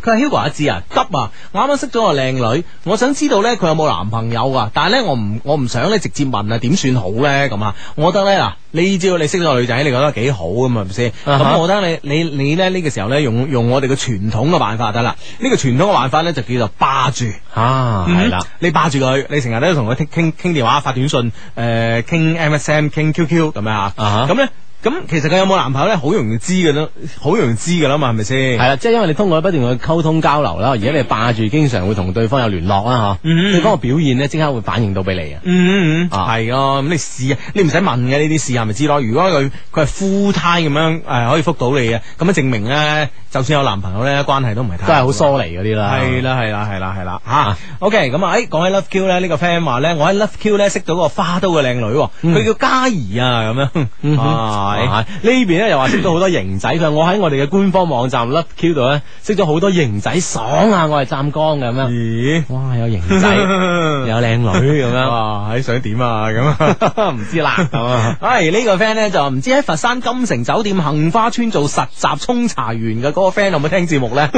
[SPEAKER 1] 佢話 Hugo 阿志啊，急啊！我啱啱識咗個靚女，我想知道咧佢有冇男朋友啊！但係咧我唔我唔想咧直接問啊，點算好咧咁啊？我覺得咧嗱，呢招你識咗個女仔，你覺得幾好咁啊？係咪先？
[SPEAKER 3] 啊哈
[SPEAKER 1] 咁我覺得你你你咧呢個時候咧用用我哋嘅傳統嘅辦法得啦。呢個傳統嘅辦法咧就叫做霸住。
[SPEAKER 3] 啊，係啦
[SPEAKER 1] 嗯。你霸住佢，你成日都同佢傾傾傾電話、發短信、誒傾 MSM、傾 QQ 咁樣嚇。
[SPEAKER 3] 哈
[SPEAKER 1] 咁咧，咁其實佢有冇男朋友咧，好容易知嘅啦，好容易知嘅啦嘛，係咪先？
[SPEAKER 3] 系啦，即係因為你通過不斷去溝通交流啦，而家你霸住，經常會同對方有聯絡啦，吓、
[SPEAKER 1] 嗯
[SPEAKER 3] 對方嘅表現咧，即刻會反應到俾你啊。
[SPEAKER 1] 嗯嗯嗯，
[SPEAKER 3] 啊
[SPEAKER 1] 係咯，咁你試啊，你唔使問嘅呢啲試下咪知咯。如果佢佢係 full time 咁樣誒可以覆到你嘅，咁樣啊證明咧，就算有男朋友咧，關係都唔係太啊
[SPEAKER 3] 都係好疏啊離嗰啲啦。
[SPEAKER 1] 係啦係啦係啦係啦吓，OK 咁啊，誒講起 Love Q 咧，呢個 friend 話咧，我喺 Love Q 咧識到個花都嘅靚女喎，佢叫嘉怡啊咁
[SPEAKER 3] 嗯
[SPEAKER 1] 樣，
[SPEAKER 3] 哼
[SPEAKER 1] 啊
[SPEAKER 3] 啊呢邊咧又話識到好多型仔，佢話我喺我哋嘅官方網站 Love Q 度咧識咗好多型仔，爽啊！我係湛江咁樣，
[SPEAKER 1] 咦，
[SPEAKER 3] 哇有型 仔，有靚女咁樣，
[SPEAKER 1] 哇，喺想點啊咁啊？
[SPEAKER 3] 唔 知啦咁啊。
[SPEAKER 1] 唉，呢個 friend 咧就唔知喺佛山金城酒店杏花村做實習沖茶員嘅嗰個 friend 有冇聽節目 咧？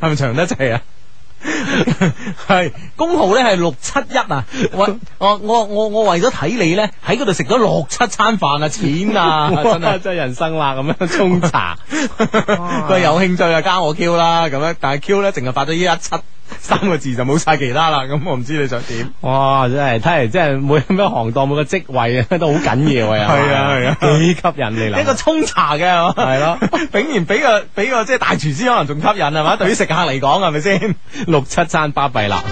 [SPEAKER 1] 係咪長得滯啊？係工號咧係六七一啊！喂，我我我我為咗睇你咧，喺嗰度食咗六七餐飯啊，錢啊， 真係
[SPEAKER 3] 哇真係人生啦，咁樣沖茶，
[SPEAKER 1] 佢有興趣啊，加我 Q 啦，咁樣，但係 Q 咧淨係發咗呢一七三個字就冇晒其他啦，咁我唔知你想點。
[SPEAKER 3] 哇！真係睇嚟，真係每咩行當每個職位啊都好緊要啊，又
[SPEAKER 1] 係啊係啊
[SPEAKER 3] 幾吸引你啦。
[SPEAKER 1] 一個沖茶嘅係咯，炳然俾個俾個即係大廚師可能仲吸引係嘛？對於食客嚟講係咪先？
[SPEAKER 3] 六七餐巴閉啦，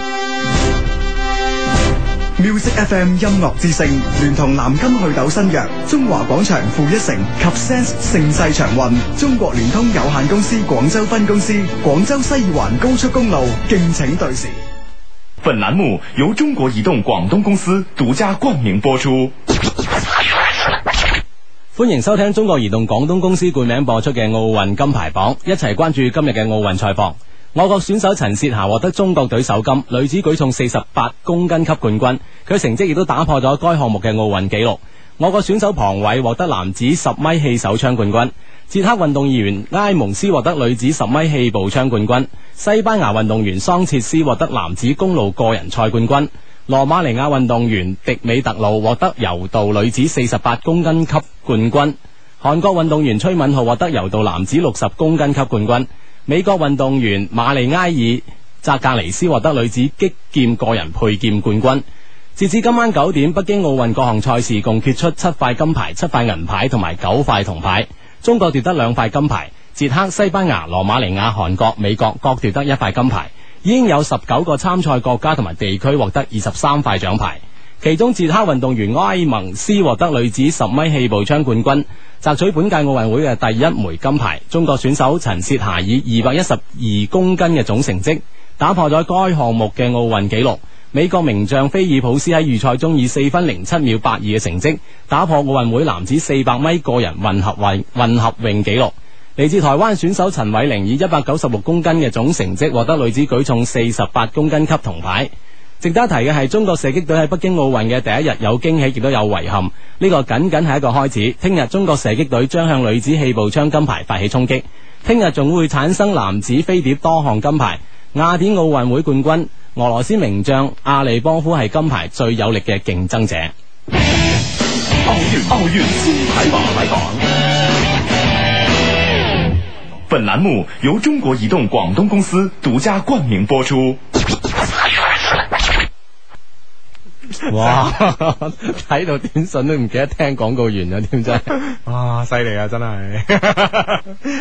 [SPEAKER 4] Music FM 音樂之聲聯同南金祛痘新藥、中華廣場負一城及 Sense 盛世長運、中國聯通有限公司廣州分公司、廣州西二環高速公路敬請對時。
[SPEAKER 5] 本栏目由中国移动广东公司独家冠名播出。
[SPEAKER 3] 歡迎收聽中國移動廣東公司冠名播出嘅奧運金牌榜，一齊關注今日嘅奧運賽況。我國選手陳雪霞獲得中國隊首金，女子舉重四十八公斤級冠軍，佢成績亦都打破咗該項目嘅奧運紀錄。我國選手龐偉獲得男子十米氣手槍冠軍，捷克運動員埃蒙斯獲得女子十米氣步槍冠軍，西班牙運動員桑切斯獲得男子公路個人賽冠軍。羅馬尼亞運動員迪美特路獲得柔道女子四十八公斤級冠軍，韓國運動員崔敏浩獲得柔道男子六十公斤級冠軍，美國運動員馬利埃爾扎格尼斯獲得女子擊劍個人配劍冠軍。截至今晚九點，北京奧運各項賽事共決出七塊金牌、七塊銀牌同埋九塊銅牌，中國奪得兩塊金牌，捷克、西班牙、羅馬尼亞、韓國、美國各奪得一塊金牌。已經有十九個參賽國家同埋地區獲得二十三塊獎牌，其中捷克運動員埃蒙斯獲得女子十米氣步槍冠軍，摘取本屆奧運會嘅第一枚金牌。中國選手陳雪霞以二百一十二公斤嘅總成績打破咗該項目嘅奧運紀錄。美國名將菲爾普斯喺預賽中以四分零七秒八二嘅成績打破奧運會男子四百米個人混合運混合泳紀錄。嚟自台灣選手陳偉玲以一百九十六公斤嘅總成績獲得女子舉重四十八公斤級銅牌。值得一提嘅係，中國射擊隊喺北京奧運嘅第一日有驚喜，亦都有遺憾。呢、個僅僅係一個開始。聽日中國射擊隊將向女子氣步槍金牌發起衝擊。聽日仲會產生男子飛碟多項金牌。雅典奧運會冠軍俄羅斯名將阿利邦夫係金牌最有力嘅競爭者。
[SPEAKER 5] 奥运奥运金牌榜，本栏目由中国移动广东公司独家冠名播出。
[SPEAKER 3] 哇！睇到短信都唔記得聽廣告完啊咗添真係。
[SPEAKER 1] 哇，犀利 啊，真係！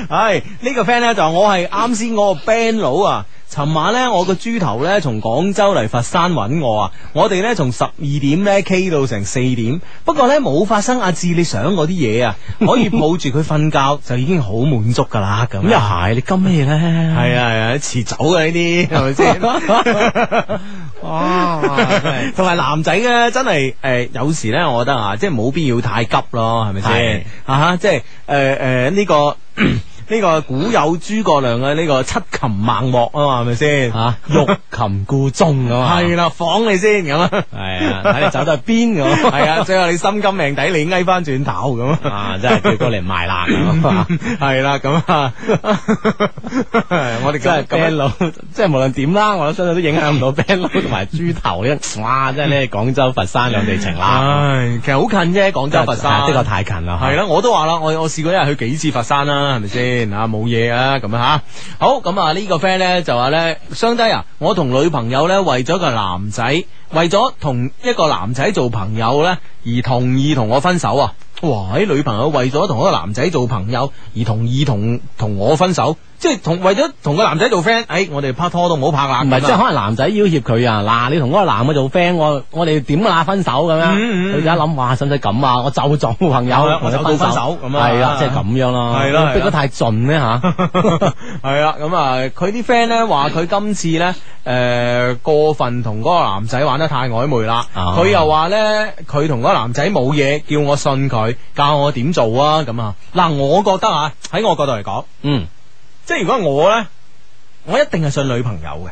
[SPEAKER 1] 係呢個 friend 咧就話我係啱先嗰個 band 佬啊。尋晚咧，我個豬頭咧從廣州嚟佛山揾我啊！我哋咧從十二點咧 K 到成四點，不過咧冇發生阿志你想嗰啲嘢 啊，可以抱住佢瞓覺就已經好滿足噶啦咁。
[SPEAKER 3] 咁又係，你急咩咧？
[SPEAKER 1] 係啊係啊，遲早啊呢啲係咪先？ 哇！同埋男仔咧，真係誒、呃有時咧，我覺得啊，即係冇必要太急咯，係咪先？啊哈，即係
[SPEAKER 3] 呃
[SPEAKER 1] 誒誒呢 個。呢個古有諸葛亮嘅呢個七擒孟獲啊嘛，係咪先？
[SPEAKER 3] 吓欲擒故縱啊嘛。
[SPEAKER 1] 係啦，晃你先咁啊！
[SPEAKER 3] 係啊，睇你走到去邊咁。
[SPEAKER 1] 係啊，最後你心甘命抵，你翳翻轉頭咁啊！
[SPEAKER 3] 啊，真係叫哥嚟賣辣啊！
[SPEAKER 1] 係啦，咁啊， 我哋今日咁
[SPEAKER 3] 真係
[SPEAKER 1] 樣啊
[SPEAKER 3] band 佬，即係無論點啦，我相信都影響唔到 band 佬同埋豬頭呢。哇！真係呢廣州、佛山兩地情啦，
[SPEAKER 1] 唉，其實好近啫，廣州佛山
[SPEAKER 3] 的確太近啦。
[SPEAKER 1] 系啦，我都話啦，我我试过一日去幾次佛山啦，係咪先啊？冇嘢啊，咁啊吓。好，咁啊呢個 friend 咧就話咧，相低啊，我同女朋友咧為咗一個男仔，為咗同一個男仔做朋友咧，而同意同我分手啊！哇，喺女朋友為咗同一個男仔做朋友而同意同同我分手，即係同為咗同個男仔做 friend，哎，我哋拍拖都唔好拍啦，
[SPEAKER 3] 唔係，
[SPEAKER 1] 咁啊
[SPEAKER 3] 即係可能男仔要挟佢啊！嗱，你同嗰個男嘅做 friend，我我哋點啦分手咁樣。
[SPEAKER 1] 嗯嗯嗯
[SPEAKER 3] 佢而家諗，哇，使唔使咁啊？我就做朋友
[SPEAKER 1] 係啦，
[SPEAKER 3] 同你
[SPEAKER 1] 我就做分手咁啊
[SPEAKER 3] 係啦，即係咁樣咯。
[SPEAKER 1] 係啦係啦
[SPEAKER 3] 逼得太盡咧 吓。
[SPEAKER 1] 系啦，咁啊，佢啲 friend 咧話佢今次咧，诶、過分同嗰個男仔玩得太曖昧啦。
[SPEAKER 3] 啊
[SPEAKER 1] 佢、又話咧，佢同嗰個男仔冇嘢，叫我信佢，教我點做啊，咁啊。嗱，我覺得啊，喺我角度嚟講，
[SPEAKER 3] 嗯
[SPEAKER 1] 即係如果我咧，我一定係信女朋友嘅。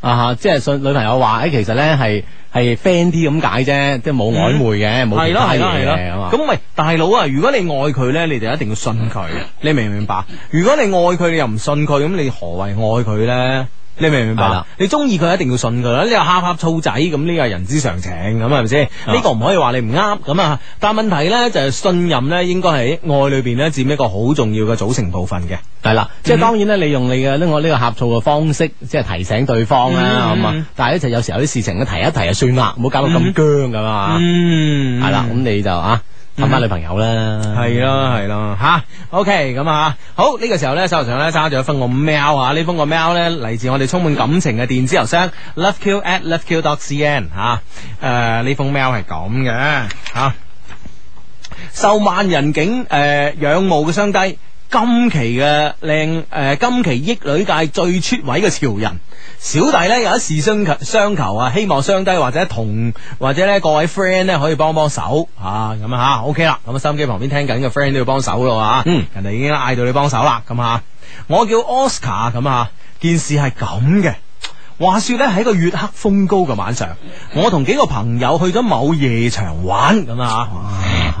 [SPEAKER 3] 啊哈，即係信女朋友話，誒，其實咧係係 friend 啲咁解啫，即係冇曖昧嘅，冇
[SPEAKER 1] 係
[SPEAKER 3] 其
[SPEAKER 1] 咯
[SPEAKER 3] 他
[SPEAKER 1] 係
[SPEAKER 3] 嘢
[SPEAKER 1] 咯係
[SPEAKER 3] 嘅
[SPEAKER 1] 咯
[SPEAKER 3] 嘛，。
[SPEAKER 1] 咁喂，大佬啊，如果你愛佢咧，你就一定要信佢，
[SPEAKER 3] 嗯
[SPEAKER 1] 你明唔明白？如果你愛佢，你又唔信佢，咁你何為愛佢咧？你明唔明
[SPEAKER 3] 係
[SPEAKER 1] 白
[SPEAKER 3] 啦？
[SPEAKER 1] 你中意佢一定要信佢啦，你又呷呷醋仔咁呢個係人之常情咁係咪先？
[SPEAKER 3] 啊
[SPEAKER 1] 呢個唔可以話你唔啱咁啊！但問題咧就係信任咧，應該喺愛裏邊咧佔一個好重要嘅組成部分嘅。嗯
[SPEAKER 3] 係啦，即係當然咧，你用你嘅呢個呢個呷醋嘅方式，即係提醒對方啦，
[SPEAKER 1] 嗯
[SPEAKER 3] 咁啊
[SPEAKER 1] 嗯。
[SPEAKER 3] 但係咧就有時候有啲事情咧提一提就算啦，唔好搞到咁僵咁啊。
[SPEAKER 1] 嗯
[SPEAKER 3] 系啦，咁你就啊氹翻女朋友啦，
[SPEAKER 1] 系啦系啦吓，OK 咁啊，好呢、個時候呢，手頭上呢揸住一封個喵啊，呢封個喵呢，嚟自我哋充滿感情嘅電子郵箱 loveq at loveq dot cn 吓、诶、呢封喵係咁嘅吓。受萬人景誒、呃仰慕嘅雙低。今期嘅靚誒，今期益女界最出位嘅潮人，小弟呢有一事相求相求啊，希望雙低或者同或者呢各位 friend 呢可以幫幫手啊，咁啊 OK 啦，咁啊收音機旁邊聽緊嘅 friend 都要幫手咯啊，
[SPEAKER 3] 嗯
[SPEAKER 1] 人哋已經嗌到你幫手啦，咁啊，我叫 Oscar 咁啊，件事係咁嘅。話說咧喺一個月黑風高嘅晚上，我同幾個朋友去咗某夜場玩咁啊，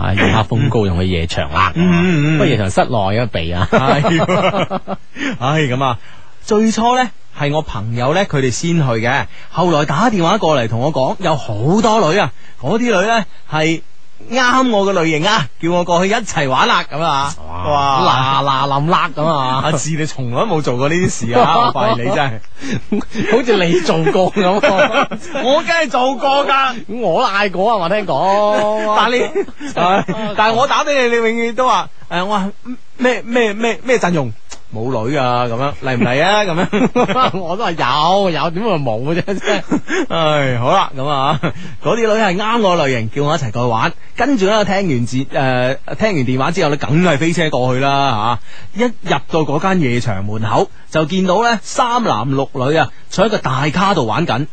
[SPEAKER 3] 啊，夜黑風高用去夜場啦，
[SPEAKER 1] 嗯嗯嗯
[SPEAKER 3] 不過夜場室內嘅 避啊，
[SPEAKER 1] 系，唉咁啊！最初呢，係我朋友呢，佢哋先去嘅，後來打電話過嚟同我講，有好多女啊，嗰啲女呢，係啱我嘅類型啊，叫我過去一齊玩啦咁啊！
[SPEAKER 3] 嗱嗱冧啦 咁啊，
[SPEAKER 1] 阿志你從來都冇做過呢啲事啊，我發現你真係，
[SPEAKER 3] 好似你做過咁，啊
[SPEAKER 1] 我梗係做過㗎。
[SPEAKER 3] 我嗌過啊，話聽講，
[SPEAKER 1] 但你，哦哎但係我打俾你，你永遠都話诶、誒我話嗯咩咩咩咩陣容冇女啊，咁樣嚟唔嚟啊？咁樣。
[SPEAKER 3] 我都係有有，點會冇嘅啫，真係
[SPEAKER 1] 唉，好啦，咁啊，嗰啲女係啱我類型，叫我一齊過去玩。跟住咧，我聽完節誒、呃、聽完電話之後咧，梗係飛車過去啦嚇、一入到嗰間夜場門口，就見到咧三男六女啊，坐喺個大卡度玩緊。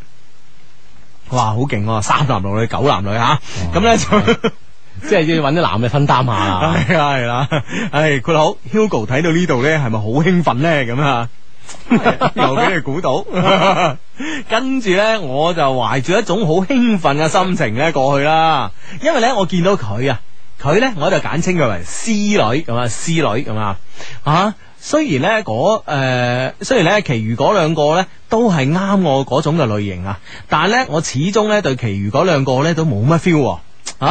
[SPEAKER 1] 哇，好勁喎！三男六女，九男女嚇，咁咧 就。
[SPEAKER 3] 即係要揾啲男嘅分擔下啦。
[SPEAKER 1] 系啦系啦，唉，佢好 Hugo 睇到呢度咧，係咪好興奮咧？咁啊， 又俾你估到，跟住咧我就懷住一種好興奮嘅心情咧過去啦，因為咧我見到佢啊，佢咧我就簡稱佢為師女咁啊，師女咁啊，啊。雖然咧嗰誒，雖然咧，其餘嗰兩個咧都係啱我嗰種嘅類型啊，但係咧，我始終咧對其餘嗰兩個咧都冇乜 feel 嗯喎，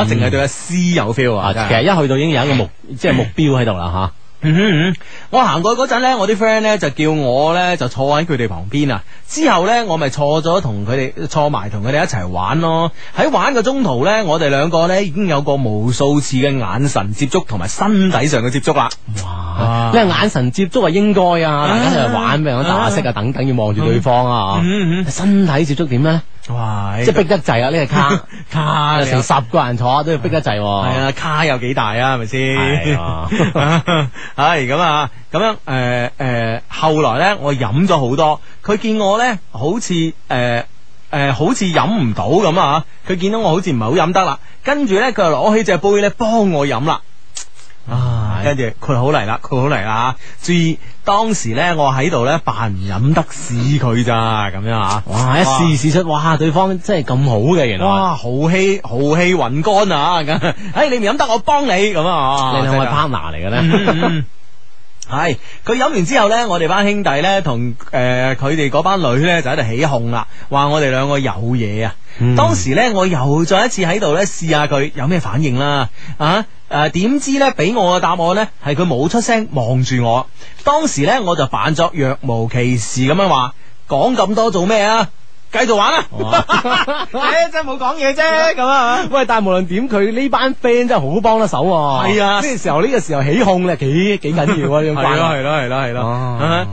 [SPEAKER 1] 啊，淨係對阿 C 有 feel 啊，
[SPEAKER 3] 啊，
[SPEAKER 1] 真係
[SPEAKER 3] 其實一去到已經有一個目，即係目標喺度啦
[SPEAKER 1] 嗯哼嗯哼，我行过嗰阵呢，我啲 friend 呢就叫我呢就坐喺佢哋旁邊啊。之後呢，我咪坐咗同佢哋坐埋同佢哋一齊玩咯。喺玩嘅中途呢，我哋兩個呢已經有過無數次嘅眼神接觸同埋身體上嘅接觸啦。
[SPEAKER 3] 呢個眼神接觸係應該啊，大家就係玩咩打色啊等等，要望住對方啊，
[SPEAKER 1] 嗯嗯嗯
[SPEAKER 3] 身體接觸點咧？
[SPEAKER 1] 哇！
[SPEAKER 3] 嗯即係逼得滯啊！呢個 卡
[SPEAKER 1] 卡
[SPEAKER 3] 成十個人坐都要逼得滯喎，
[SPEAKER 1] 啊系啊，卡有幾大啊？係咪
[SPEAKER 3] 哦係
[SPEAKER 1] 先？
[SPEAKER 3] 啊
[SPEAKER 1] 係咁啊，咁樣呃诶诶，后来咧我飲咗好多，佢見我咧好似诶诶，好似飲唔到咁啊，佢見到我好似唔係好飲得啦，跟住咧佢就攞起隻杯咧幫我飲啦。啊！跟住佢好嚟啦，佢好嚟啦！注意，當時咧我喺度咧扮唔飲得屎佢咋咁樣啊！
[SPEAKER 3] 哇！一試試出，哇！對方真係咁好嘅，原來
[SPEAKER 1] 哇，豪氣豪氣雲干啊！咁， 哎，你唔飲得，我幫你咁啊！
[SPEAKER 3] 你兩位
[SPEAKER 1] 真係
[SPEAKER 3] partner 嚟嘅咧。
[SPEAKER 1] 嗯系佢飲完之後呢，我哋班兄弟呢，同诶佢哋嗰班女呢，就喺度起哄啦，話我哋兩個有嘢啊！當時呢，我又再一次喺度呢試下佢有咩反應啦，啊诶点、知呢，俾我嘅答案呢，係佢冇出聲望住我，當時呢，我就扮作若無其事咁樣話，講咁多做咩啊？繼續玩啦！ 誒哦哎真係冇講嘢啫，咁啊。
[SPEAKER 3] 喂，但係無論點，佢呢班 friend 真係好幫得手喎。
[SPEAKER 1] 係啊
[SPEAKER 3] 呢個時候呢個時候起哄咧，幾幾緊要啊！呢種
[SPEAKER 1] 係
[SPEAKER 3] 關
[SPEAKER 1] 咯
[SPEAKER 3] 係
[SPEAKER 1] 係咯係咯係咯，啊
[SPEAKER 3] 哦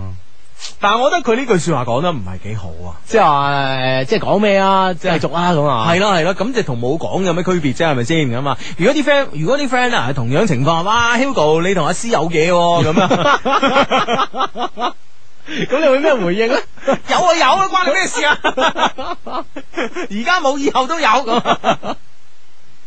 [SPEAKER 1] 但係我覺得佢呢句说話講得唔係幾好啊。
[SPEAKER 3] 即係話誒，即係講咩啊？即係繼續啊咁啊。
[SPEAKER 1] 係咯係咯，咁就同冇講有咩區別啫，係咪先咁啊？如果啲 friend 如果啲 friend 啊係同樣情況，哇，Hugo 你同阿詩有嘢喎咁 啊，
[SPEAKER 3] 咁你會咩回 應咧？
[SPEAKER 1] 有啊有啊，關你咩 事啊？而家冇，以後都有咁啊。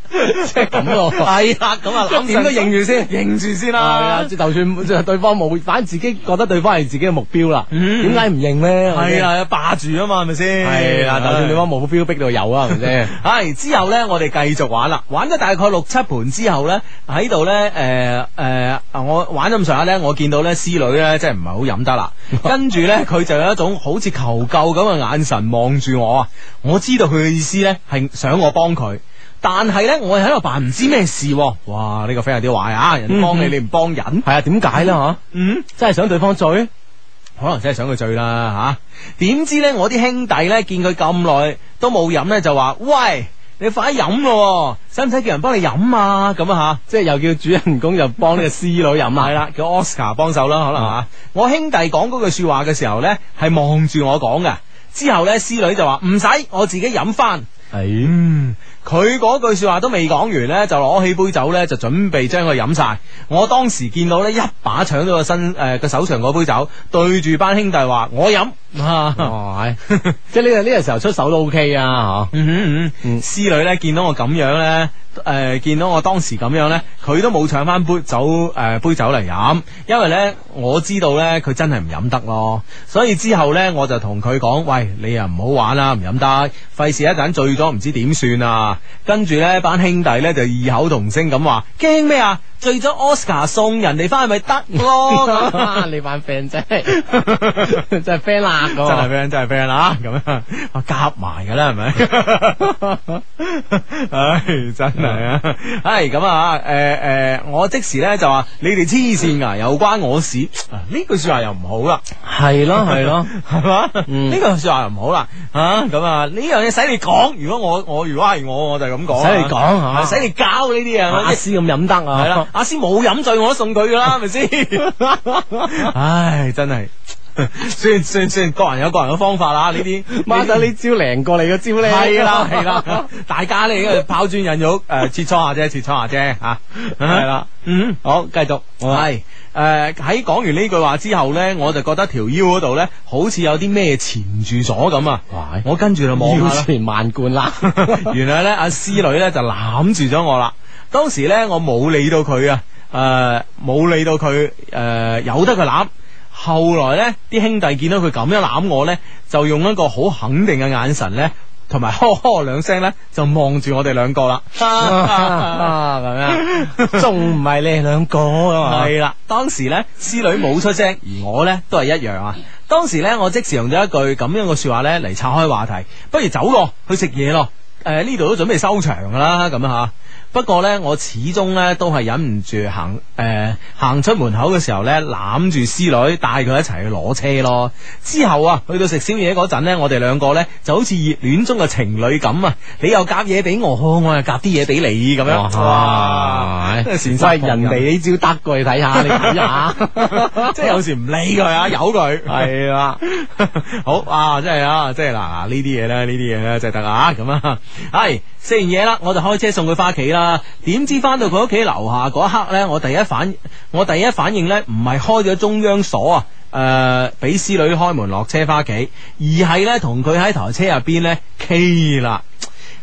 [SPEAKER 1] 即系
[SPEAKER 3] 咁咯
[SPEAKER 1] 系啦，咁啊，
[SPEAKER 3] 咁點都認
[SPEAKER 1] 住先，認住先
[SPEAKER 3] 係啊，
[SPEAKER 1] 啦，
[SPEAKER 3] 即係就算就對方冇，反正自己覺得對方係自己嘅目標啦，
[SPEAKER 1] 嗯
[SPEAKER 3] 點解唔認咧？
[SPEAKER 1] 係， 啊，霸住啊嘛，係咪先？
[SPEAKER 3] 係啦，就算對方冇目標，逼到有啊，係 咪先？
[SPEAKER 1] 系之後呢，我哋繼續玩啦，玩咗大概六七盤之後呢，喺度呢，诶、诶、我玩咗咁上下呢，我見到呢師女呢，真係唔係好飲得 啦，跟住呢，佢就有一種好似求救咁嘅眼神望住我啊，我知道佢嘅意思呢，係想我幫佢。但係呢，我係喺度扮唔知咩事喎、哇！呢、個 friend 有啲壞啊，人哋幫你，
[SPEAKER 3] 嗯
[SPEAKER 1] 你唔幫人，
[SPEAKER 3] 係啊，點解咧？嚇，
[SPEAKER 1] 嗯，
[SPEAKER 3] 真係想對方醉？
[SPEAKER 1] 可能真係想佢醉啦吓。點、知呢？我啲兄弟呢，見佢咁耐都冇飲呢，就話：喂，你快啲飲咯喎，使唔使叫人幫你飲啊？咁啊
[SPEAKER 3] 即係又叫主人公就幫呢個師女飲
[SPEAKER 1] 吓，
[SPEAKER 3] 啊
[SPEAKER 1] 係？啦，叫 Oscar 幫手啦，可能吓、
[SPEAKER 3] 啊
[SPEAKER 1] 我兄弟講嗰句说話嘅時候呢，係望住我講嘅。之後呢，師女就話唔使，我自己飲翻。
[SPEAKER 3] 係。
[SPEAKER 1] 嗯，佢嗰句说話都未講完呢，就攞起杯酒呢，就準備將佢飲晒。我當時見到呢，一把搶咗個身诶个、手上嗰杯酒，對住班兄弟話：我飲。啊
[SPEAKER 3] 哇！即係呢個呢個時候出手都 OK 啊，
[SPEAKER 1] 嗯哼嗯哼，
[SPEAKER 3] 嗯
[SPEAKER 1] 師女咧見到我咁樣咧，诶、見到我當時咁樣咧，佢都冇搶翻杯酒诶、杯酒嚟飲，因為咧我知道咧佢真係唔飲得咯，所以之後咧我就同佢講：，喂，你又唔好玩啦，唔飲得，費事一陣醉咗唔知點算啊！跟住咧班兄弟咧就異口同聲咁話：驚咩啊？醉咗 Oscar 送人哋翻去咪得咯咁。
[SPEAKER 3] 嗬！你班 friend 真 係真係 friend 啦，啊真
[SPEAKER 1] 真係 friend，真係 friend 啦，咁樣我夾埋㗎啦，係咪？ 唉，真係啊，係咁啊，诶、诶、我即時咧就話你哋黐線㗎，又關我事，啊呢句说話又唔好啦，
[SPEAKER 3] 係咯 係咯。
[SPEAKER 1] 係嘛？
[SPEAKER 3] 嗯
[SPEAKER 1] 呢句说話又唔好啦，吓咁啊，呢樣嘢使你講，如果我我如果係我，我就咁講啦，啊
[SPEAKER 3] 使你講係嘛
[SPEAKER 1] 係使你教呢啲嘢，
[SPEAKER 3] 阿斯咁飲得啊，
[SPEAKER 1] 系 啦，阿師冇飲醉我都送佢噶 啦，係咪先？唉，真係， 算算算，各人有各人嘅方法啦，呢啲
[SPEAKER 3] 孖仔呢招靈過你個招咧，
[SPEAKER 1] 系啦系啦，大家咧呢個拋磚引玉， 诶、切磋下啫，切磋下啫，吓係啦，嗯，好，繼續，係诶喺講完呢句話之後咧，我就覺得條腰嗰度咧好似有啲咩纏住咗咁啊
[SPEAKER 3] 哇，哎
[SPEAKER 1] 我跟住就望
[SPEAKER 3] 腰
[SPEAKER 1] 下啦。
[SPEAKER 3] 纏萬貫啦，
[SPEAKER 1] 原來咧阿師女咧就攬住咗我啦。當時咧我冇理到佢啊，诶、冇理到佢，诶、由得佢攬。後來咧啲兄弟見到佢咁樣攬我咧，就用一個好肯定嘅眼神咧。同埋呵呵兩聲咧，就望住我哋兩個啦。
[SPEAKER 3] 啊咁樣， 仲唔係你哋兩個啊嘛？
[SPEAKER 1] 系啦，當時呢，師女冇出聲，而我呢都係一樣啊。當時呢，我即時用咗一句咁樣嘅说話呢嚟拆開話題，不如走咯，去食嘢咯。誒、诶呢度都準備收場噶啦，咁吓。不過呢，我始終呢都係忍唔住行诶、行出門口嘅時候呢，攬住師女帶佢一齊去攞車咯。之後啊，去到食宵夜嗰陣呢，我哋兩個呢就好似熱戀中嘅情侶咁啊，你又夾嘢俾我，我又夾啲嘢俾你咁
[SPEAKER 3] 啊
[SPEAKER 1] 樣。
[SPEAKER 3] 哇！
[SPEAKER 1] 哎真係善心啊
[SPEAKER 3] 喂，
[SPEAKER 1] 幫
[SPEAKER 3] 哎人哋呢招得過你睇下，你 睇下，
[SPEAKER 1] 即係有時唔理佢啊，由佢。係啦， 好啊，真係啊，即係嗱呢啲嘢咧，呢啲嘢咧就係得啊，咁啊，係食完嘢啦，我就開車送佢翻屋企啦。點知翻到佢屋企樓下嗰一刻咧，我第一反我第一反應咧，唔係開咗中央鎖啊。誒，俾、師女開門落車翻屋企，而係咧同佢喺台車入邊咧 K 啦。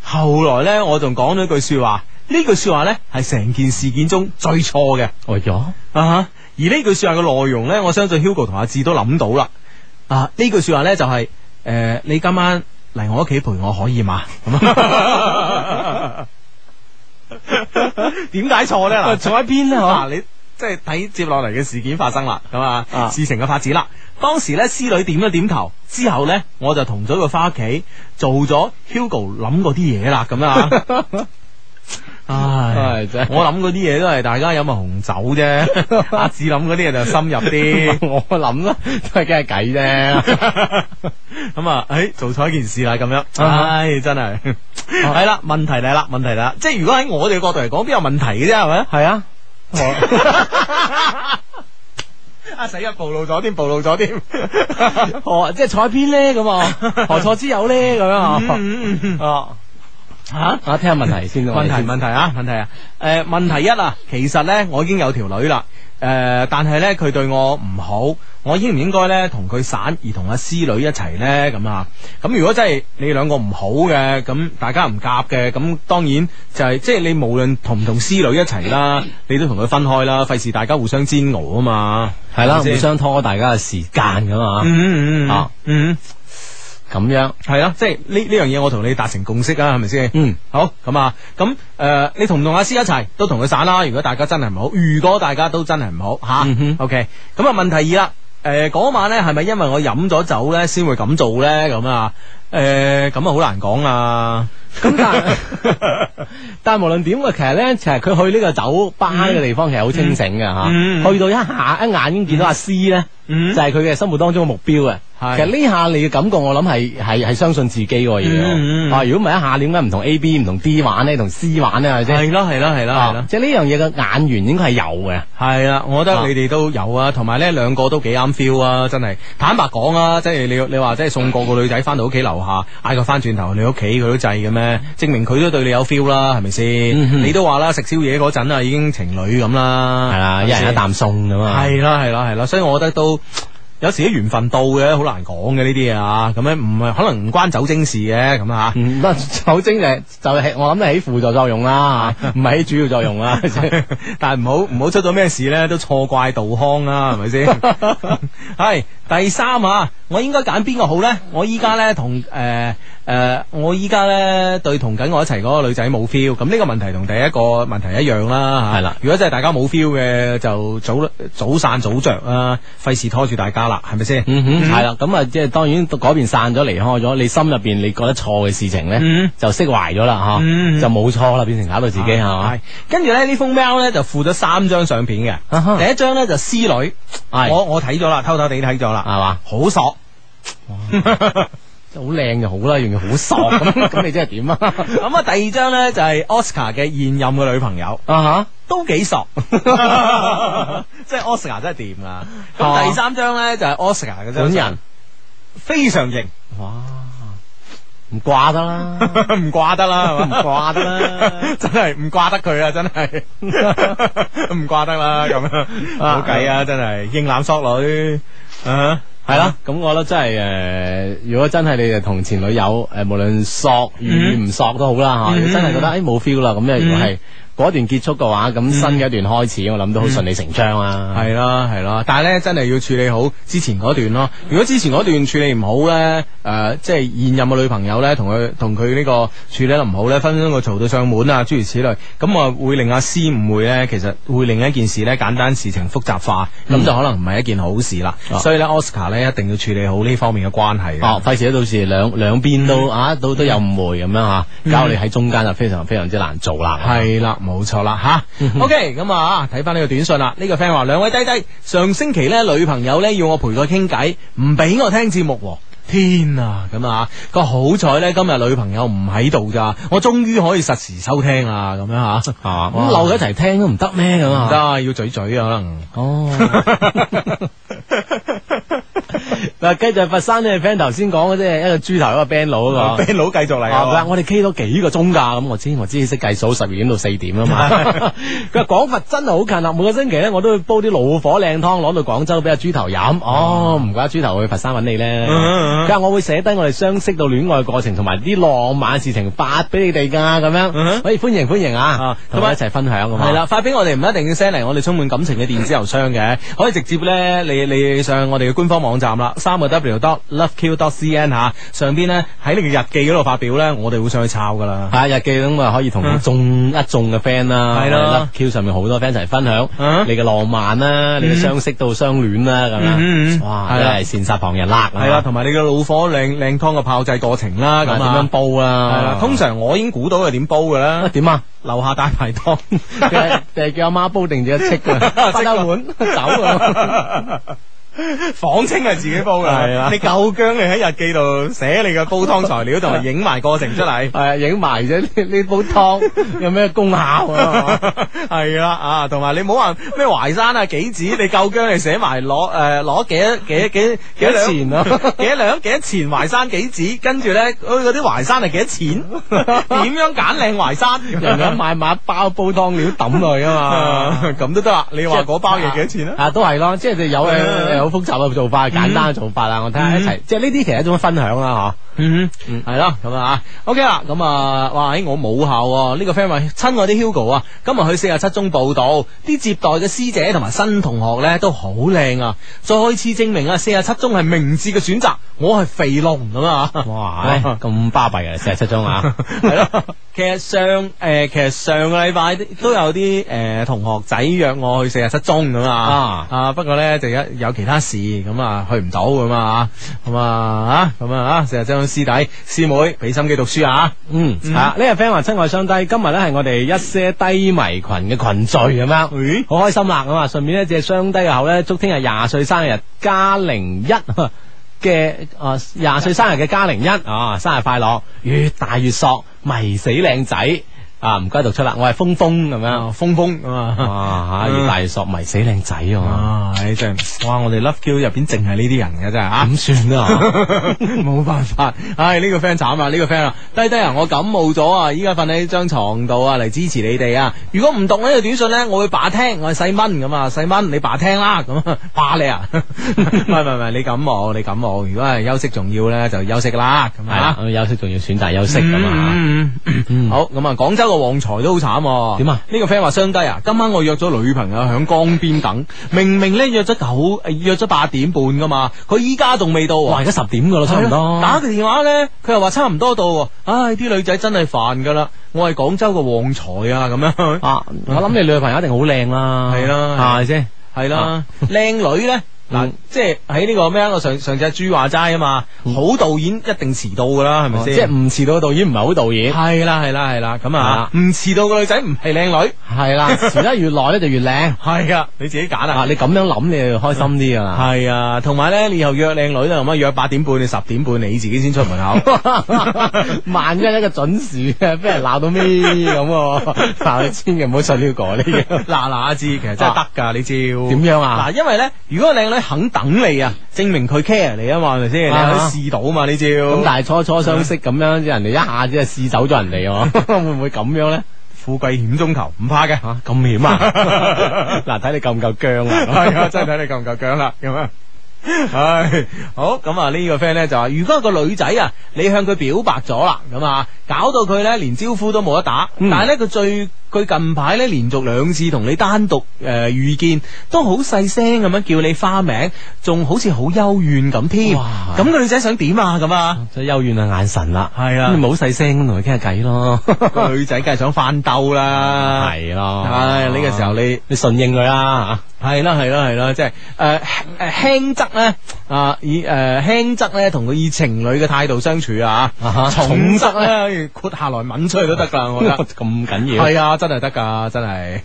[SPEAKER 1] 後來咧，我仲講咗句説話，呢句説話咧係成件事件中最錯嘅。
[SPEAKER 3] 哎呀，
[SPEAKER 1] 啊哈！而呢句说話嘅內容呢，我相信 Hugo 同阿志都諗到啦。啊，呢句说話呢，就係呃你今晚嚟我屋企陪我可以嘛？咁啊 點解錯呢？嗱，
[SPEAKER 3] 坐喺邊咧？
[SPEAKER 1] 嗱，你即係睇接落嚟嘅事件發生啦，咁啊，
[SPEAKER 3] 啊
[SPEAKER 1] 事情嘅發展啦。當時咧，師女點咗點頭，之後咧，我就同咗佢翻屋企，做咗 Hugo 諗嗰啲嘢啦，咁 啊。唉
[SPEAKER 3] 唉哎真係
[SPEAKER 1] 我諗嗰啲嘢都係大家飲埋紅酒啫，阿志諗嗰啲嘢就深入啲。
[SPEAKER 3] 我諗啦，都係梗係計啫。
[SPEAKER 1] 咁啊，诶、做錯一件事啦，咁樣，唉，真係，係啦，問題嚟啦，問題嚟啦，即係如果喺我哋嘅角度嚟講，邊有問題嘅啫，係咪？
[SPEAKER 3] 係啊，
[SPEAKER 1] 啊死啊！暴露咗添，暴露咗添。嗯
[SPEAKER 3] 何哦即係坐喺邊咧？咁啊，何錯之有咧？咁樣
[SPEAKER 1] 嗯
[SPEAKER 3] 啊
[SPEAKER 1] 哦，吓？
[SPEAKER 3] 啊，聽下問題先。
[SPEAKER 1] 問題問題啊問題啊！诶、問題一啊，其實咧我已經有條女啦，诶、但係咧佢對我唔好，我應唔應該咧同佢散而同阿師女一齊咧咁啊？咁如果真係你兩個唔好嘅，咁大家唔夾嘅，咁當然就係即係你無論同唔同師女一齊啦，你都同佢分開啦，費事大家互相煎熬啊嘛。
[SPEAKER 3] 係
[SPEAKER 1] 係
[SPEAKER 3] 啦，
[SPEAKER 1] 咪先
[SPEAKER 3] 互相拖大家嘅時間噶嘛，
[SPEAKER 1] 嗯嗯嗯
[SPEAKER 3] 啊
[SPEAKER 1] 嗯，
[SPEAKER 3] 咁樣。
[SPEAKER 1] 系啦，即係呢呢樣嘢我同你達成共識啊，係咪先？
[SPEAKER 3] 嗯，
[SPEAKER 1] 好咁啊，咁诶、呃你同唔同阿師一齊都同佢散啦。如果大家真係唔好，如果大家都真係唔好吓、
[SPEAKER 3] 嗯哼
[SPEAKER 1] o k 咁啊問題二啦，诶、嗰晚咧係咪因為我飲咗酒咧先會咁做咧？咁啊，诶咁啊好難講啊。
[SPEAKER 3] 咁但但無論點嘅，其實咧，其實佢去呢個酒吧呢個地方，其實好清醒嘅吓。
[SPEAKER 1] 嗯
[SPEAKER 3] 去到一下一眼已經見到阿 C 咧，
[SPEAKER 1] 嗯
[SPEAKER 3] 就係佢嘅生活當中嘅目標嘅。
[SPEAKER 1] 係
[SPEAKER 3] 其實呢下你嘅感覺，我諗係係係相信自己嘅
[SPEAKER 1] 嗯嗯嗯
[SPEAKER 3] 嘢。啊，如果唔係一下，點解唔同 A、B 唔同 D 玩咧，同 C 玩咧，係 咪先？
[SPEAKER 1] 係啦係啦係啦係啦
[SPEAKER 3] 啊。即係呢樣嘢嘅眼緣應該係有嘅。
[SPEAKER 1] 係啦，我覺得
[SPEAKER 3] 啊
[SPEAKER 1] 你哋都有啊，同埋呢兩個都幾啱 feel 啊，真係坦白講啊，即係你你話即係送個個女仔翻到屋企樓下，嗌佢翻轉頭你屋企佢都制嘅咩？證明佢都對你有 feel 啦，係咪先？
[SPEAKER 3] 嗯哼
[SPEAKER 1] 你都話啦，食宵夜嗰陣啊已經情侶咁啦，
[SPEAKER 3] 係啦，
[SPEAKER 1] 係
[SPEAKER 3] 一
[SPEAKER 1] 咪先
[SPEAKER 3] 人一啖餸咁啊嘛。
[SPEAKER 1] 係啦係啦係啦，所以我覺得都。有時啲緣分到嘅，好難講嘅呢啲嘢啊，咁樣唔係可能唔關酒精事嘅咁啊。
[SPEAKER 3] 嗯，不過酒精就係就係我諗係起輔助作用
[SPEAKER 1] 啊
[SPEAKER 3] 啦，啊唔係起主要作用 啦。即係
[SPEAKER 1] 但系唔好唔好出咗咩事咧，都錯怪杜康啦，係咪 先？係第三啊，我應該揀邊個好咧？我依家咧同诶诶，我依家咧對同緊我一齊嗰個女仔冇 feel，咁呢個問題同第一個問題一樣啦吓。
[SPEAKER 3] 係啦
[SPEAKER 1] 如果真係大家冇 feel 嘅，就早早散早着啦，費事拖住大家啦，係咪先？
[SPEAKER 3] 嗯哼，系啦，咁啊，即系当然嗰邊散咗，離開咗，你心入邊你覺得錯嘅事情咧，
[SPEAKER 1] 嗯
[SPEAKER 3] 就釋懷咗啦，
[SPEAKER 1] 嗯
[SPEAKER 3] 吓，就冇錯啦，變成搞到自己係嘛
[SPEAKER 1] 係，跟住咧呢封 mail 咧就附咗三張相片嘅，
[SPEAKER 3] 啊哈
[SPEAKER 1] 第一張咧就師女，
[SPEAKER 3] 係
[SPEAKER 1] 我我睇咗啦，偷偷地睇咗
[SPEAKER 3] 係
[SPEAKER 1] 啦，
[SPEAKER 3] 嘛，
[SPEAKER 1] 好 索。
[SPEAKER 3] 好靚就好啦，仲要好索 咁，咁你即係點啊？
[SPEAKER 1] 咁啊，第二張咧就係 Oscar 嘅現任嘅女朋友，
[SPEAKER 3] 啊
[SPEAKER 1] 都幾 索，即係 Oscar 真係掂啦。咁第三張咧就係 Oscar 嘅
[SPEAKER 3] 吓，本人
[SPEAKER 1] 非常 型，
[SPEAKER 3] 哇，唔掛得啦，
[SPEAKER 1] 唔掛得啦，係
[SPEAKER 3] 唔
[SPEAKER 1] 嘛？
[SPEAKER 3] 掛得啦，
[SPEAKER 1] 真係唔掛得佢啊！真 係唔掛得啦，咁樣
[SPEAKER 3] 啊
[SPEAKER 1] 冇計啊！真係英男索女，啊
[SPEAKER 3] 係啦，咁我覺得真係诶，誒如果真係你哋同前女友诶，誒無論索與唔索都好啦吓，
[SPEAKER 1] 嗯
[SPEAKER 3] 哎嚇真係覺得诶冇 feel 啦，咁咧如果係嗰段結束嘅話，
[SPEAKER 1] 嗯
[SPEAKER 3] 咁新嘅一段開始，我諗都好順理成章啦。
[SPEAKER 1] 系啦系啦，但系咧真系要處理好之前嗰段咯。如果之前嗰段處理唔好咧，诶、即係現任嘅女朋友咧，同佢同佢呢個處理得唔好咧，分分鐘佢嘈到上門啊，諸如此類。咁啊，會令阿 C 誤會咧，其實會令一件事咧簡單事情複雜化，咁、就可能唔係一件好事啦。
[SPEAKER 3] 嗯啊
[SPEAKER 1] 所以咧，Oscar 咧一定要處理好呢方面嘅關係嘅。
[SPEAKER 3] 哦，費事到時兩兩邊都啊都都有誤會咁樣吓，
[SPEAKER 1] 嗯
[SPEAKER 3] 搞你喺中間就非常非常之難做啦。
[SPEAKER 1] 系啦，冇錯啦吓。OK，咁啊，睇翻呢個短信啦。呢、個 friend 話：兩位低低，上星期呢，女朋友呢要我陪佢傾偈，唔俾我聽節目喎。天啊，咁啊，個好彩呢，今日女朋友唔喺度咋，我終於可以實時收聽啦，咁樣吓，系嘛
[SPEAKER 3] 咁留佢一齊聽都唔得咩咁
[SPEAKER 1] 唔
[SPEAKER 3] 啊？
[SPEAKER 1] 得，要嘴嘴啊，可能。
[SPEAKER 3] 哦。 嗱，繼續佛山呢個 friend 頭先講嗰啲，一個豬頭一個 band 佬嗰個。
[SPEAKER 1] friend 佬繼續嚟
[SPEAKER 3] 啊！佢話
[SPEAKER 1] 嗯啊，
[SPEAKER 3] 我哋 K 咗幾個鐘㗎，咁我知我知識計數，十二點到四點 啊嘛。佢話廣佛真係好近啦，啊每個星期咧我都會煲啲老火靚湯攞到廣州俾阿豬頭飲。哦，唔怪得豬頭去佛山揾你咧。
[SPEAKER 1] 嗯嗯嗯
[SPEAKER 3] 佢話我會寫低我哋相識到戀愛過程同埋啲浪漫事情發俾你哋㗎，咁
[SPEAKER 1] 嗯哼
[SPEAKER 3] 樣。喂，歡迎歡迎啊
[SPEAKER 1] 啊，
[SPEAKER 3] 同我一齊分享啊嘛。
[SPEAKER 1] 係啦，發俾我哋唔一定要 send 嚟我哋充滿感情嘅電子郵箱嘅，可以直接咧，你你上我哋嘅官方網站啦，三個 W dot loveq dot cn 吓，上邊咧喺你嘅日記嗰度發表咧，我哋會上去抄噶啦。
[SPEAKER 3] 啊，日記咁啊，可以同眾一眾嘅 friend
[SPEAKER 1] 嗯
[SPEAKER 3] 啦，
[SPEAKER 1] 係咯
[SPEAKER 3] 我哋 Love Q 上面好多 friend 一齊分享
[SPEAKER 1] 嗯
[SPEAKER 3] 你嘅浪漫啦，你嘅相識到相戀啦，咁
[SPEAKER 1] 嗯嗯嗯
[SPEAKER 3] 樣，哇，
[SPEAKER 1] 係
[SPEAKER 3] 真
[SPEAKER 1] 啦
[SPEAKER 3] 係羨煞旁人啦，
[SPEAKER 1] 係啦，同埋你嘅老火靚靚湯嘅炮製過程啦，
[SPEAKER 3] 啊
[SPEAKER 1] 咁
[SPEAKER 3] 點樣
[SPEAKER 1] 樣
[SPEAKER 3] 煲
[SPEAKER 1] 係
[SPEAKER 3] 啦
[SPEAKER 1] 啦，，通常我已經估到佢點煲噶
[SPEAKER 3] 啊
[SPEAKER 1] 啦，
[SPEAKER 3] 點啊？
[SPEAKER 1] 樓下大排 檔。
[SPEAKER 3] 定係叫阿 媽煲定咗 戚啊，不得碗走啊！
[SPEAKER 1] 仿清係自己煲噶，
[SPEAKER 3] 係啦
[SPEAKER 1] 你夠姜，你喺日記度寫你嘅煲湯材料，同埋影埋過程出嚟。
[SPEAKER 3] 係影埋啫，呢呢煲湯有咩功 效啊？
[SPEAKER 1] 系啦啊，同埋你唔好話咩淮山啊、杞子，你夠姜你寫埋攞诶攞幾 多幾多幾
[SPEAKER 3] 幾多
[SPEAKER 1] 幾
[SPEAKER 3] 錢
[SPEAKER 1] 多兩
[SPEAKER 3] 啊
[SPEAKER 1] 幾多兩幾多錢淮山杞子，跟住咧嗰啲淮山係幾多錢？ 點樣揀靚淮山？
[SPEAKER 3] 人哋買買一包煲湯料抌落去啊 嘛
[SPEAKER 1] 啊。咁都得啦，你話嗰包嘢幾多錢啊？
[SPEAKER 3] 啊，都係咯，即 係有
[SPEAKER 1] 係
[SPEAKER 3] 有有好複雜嘅做法，簡單嘅做法啦。啊我睇下一齊，即係呢啲其實一種分享啦，
[SPEAKER 1] 嗯，系咯，咁啊，OK 啦，咁啊，哇，咦我母校喎呢個 friend 話，親愛啲 Hugo 啊，今日去四十七中報道，啲接待嘅師姐同埋新同學咧都好靚啊，再次證明啊，四十七中係明智嘅選擇，我係肥龍咁啊，
[SPEAKER 3] 嗬。哇，咁巴閉嘅四十七 中 啊！
[SPEAKER 1] 系咯，其實上诶、其實上個禮拜都有啲诶、同學仔約我去四十七中咁啊
[SPEAKER 3] 啊，
[SPEAKER 1] 啊不過咧就有有其他事咁啊去唔到咁啊，咁啊咁啊四十七中師弟師妹俾心機讀書啊，
[SPEAKER 3] 嗯，
[SPEAKER 1] 嗯
[SPEAKER 3] 啊，呢個 friend 話親愛相低，今日咧係我哋一些低迷群嘅群聚咁樣，好開心啦咁啊！順便咧借相低嘅口咧，祝聽日廿歲生日加零一。 嘅啊廿歲生日嘅加零一啊，生日快樂！越大越索，迷死靚仔啊！唔該讀出啦，我係峰峰咁樣，
[SPEAKER 1] 風風咁啊。
[SPEAKER 3] 哇！越大越索，迷死靚仔啊嘛！
[SPEAKER 1] 啊！唉真係，哇！我哋 Love Q 入邊淨係呢啲人嘅真係啊，
[SPEAKER 3] 咁算 啦，
[SPEAKER 1] 冇辦法，唉呢、個 friend 慘啦，呢、個 friend 啊，低低啊，我感冒咗啊，依家瞓喺張床度啊，嚟支持你哋啊！如果唔讀呢個短信咧，我會罷聽，我係細蚊咁啊，細蚊你罷聽啦，咁啊罷你 啊，唔係唔係唔係，你感冒你感冒，如果係休息重要咧就休息啦，咁
[SPEAKER 3] 係啦
[SPEAKER 1] 啊，。
[SPEAKER 3] 咁休息仲要選擇休息
[SPEAKER 1] 咁
[SPEAKER 3] 咁嘛。
[SPEAKER 1] 啊
[SPEAKER 3] 嗯
[SPEAKER 1] 好咁啊！廣州嘅旺財都好慘喎，
[SPEAKER 3] 點啊
[SPEAKER 1] 呢個 friend 話雙低啊，今晚我約咗女朋友響江邊等，明明咧約咗九，呃約咗八點半噶嘛，佢依家仲未到喎
[SPEAKER 3] 哇！而家十點噶啦，差唔多。
[SPEAKER 1] 啊打個電話咧，佢又話差唔多到喎，唉，啲女仔真係煩噶啦，我係廣州嘅旺財啊，咁樣
[SPEAKER 3] 啊！我諗你女朋友一定好靚啦，
[SPEAKER 1] 係啦
[SPEAKER 3] 係咪先？
[SPEAKER 1] 係啦
[SPEAKER 3] 啊，
[SPEAKER 1] 靚女咧。嗱
[SPEAKER 3] 嗯，
[SPEAKER 1] 即係喺呢個咩啊？我上上次阿朱話齋啊嘛，好導演一定遲到噶啦，係咪
[SPEAKER 3] 哦即
[SPEAKER 1] 先？
[SPEAKER 3] 係唔遲到嘅導演唔係好導演，
[SPEAKER 1] 係啦，係啦，係啦，咁啊，唔遲到嘅女仔唔係靚女，
[SPEAKER 3] 係啊啦，遲得越耐咧就越靚。
[SPEAKER 1] 係啊，你自己揀
[SPEAKER 3] 啊，
[SPEAKER 1] 啊。
[SPEAKER 3] 你咁樣諗你就開心啲噶啦。
[SPEAKER 1] 係啊，同埋咧，你以後約靚女咧，咁啊約八點半，你十點半你自己先出門口。
[SPEAKER 3] 萬一一個準時嘅，俾人鬧到咩咁喎？嗱，你千祈唔好信呢個呢個。
[SPEAKER 1] 嗱嗱阿芝，其實真係得噶，你照點
[SPEAKER 3] 點樣啊
[SPEAKER 1] 嗱，因為咧，如果個靚女肯等你啊，證明佢 care 你啊嘛，係咪先？你
[SPEAKER 3] 啊
[SPEAKER 1] 有得試到嘛？呢招
[SPEAKER 3] 咁
[SPEAKER 1] 咁
[SPEAKER 3] 但係初初相識咁樣，人哋一下子就試走咗人哋 喎，會唔會咁樣咧？
[SPEAKER 1] 富貴險中求，唔怕嘅。
[SPEAKER 3] 啊，咁險啊！嗱，睇你夠唔夠 姜啊！
[SPEAKER 1] 係啊，真係睇你夠唔夠姜啦，咁啊。唉，好咁啊！呢個 friend 咧就話，如果個女仔啊，
[SPEAKER 3] 嗯
[SPEAKER 1] 你向佢表白咗啦，咁啊，搞到佢咧連招呼都冇得打，但係咧佢最佢近排咧連續兩次同你單獨诶、呃遇見，都好細聲咁樣叫你花名，仲好似好幽怨咁添。
[SPEAKER 3] 哇
[SPEAKER 1] 咁個女仔想點啊？咁啊？
[SPEAKER 3] 即係幽怨啊眼神啦，
[SPEAKER 1] 係啊
[SPEAKER 3] 咁咪好細聲咁同佢傾下偈 咯，
[SPEAKER 1] 個女仔梗係想翻兜啦。
[SPEAKER 3] 係咯，
[SPEAKER 1] 唉呢個時候你
[SPEAKER 3] 哦你順應佢啊啦，
[SPEAKER 1] 係啦係啦係啦，即係诶诶輕則咧啊以诶輕則咧同佢以情侶嘅態度相處啊，
[SPEAKER 3] 哈
[SPEAKER 1] 重則咧可以豁下來吻出去都得 㗎，我覺得。
[SPEAKER 3] 咁緊要，
[SPEAKER 1] 係啊，真係得㗎，真係。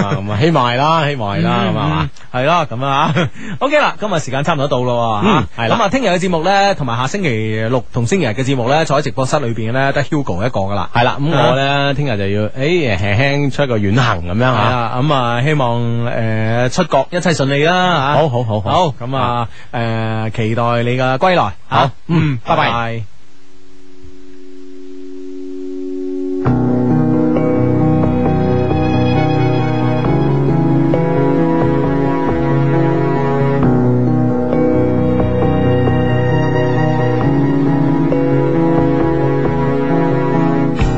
[SPEAKER 3] 啊咁啊希望係啦，希望係啦，咁啊
[SPEAKER 1] 嗯，系啦，咁啊 ，OK 啦，今日時間差唔多到咯，
[SPEAKER 3] 嗯
[SPEAKER 1] 吓
[SPEAKER 3] 係啦
[SPEAKER 1] 咁啊，聽日嘅節目咧，同埋下星期六同星期日嘅節目咧，坐喺直播室裏边咧，得 Hugo 一個噶啦，
[SPEAKER 3] 係啦，咁我咧聽日就要诶輕輕出一個遠行咁樣
[SPEAKER 1] 係
[SPEAKER 3] 吓，
[SPEAKER 1] 啊，咁啊，希望诶出國一切順利啦，
[SPEAKER 3] 好好啊好
[SPEAKER 1] 吓，好，咁啊，诶，期待你嘅歸來，
[SPEAKER 3] 好
[SPEAKER 1] 吓，嗯，拜
[SPEAKER 3] 拜
[SPEAKER 1] 拜。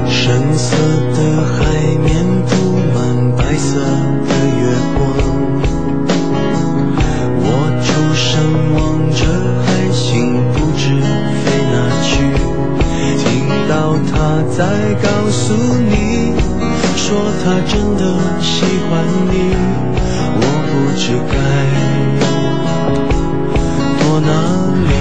[SPEAKER 2] 深色的海面布满白色的月光，我出神望着海星不知飞哪去，听到他在告诉你，说他真的喜欢你，我不知该躲哪里。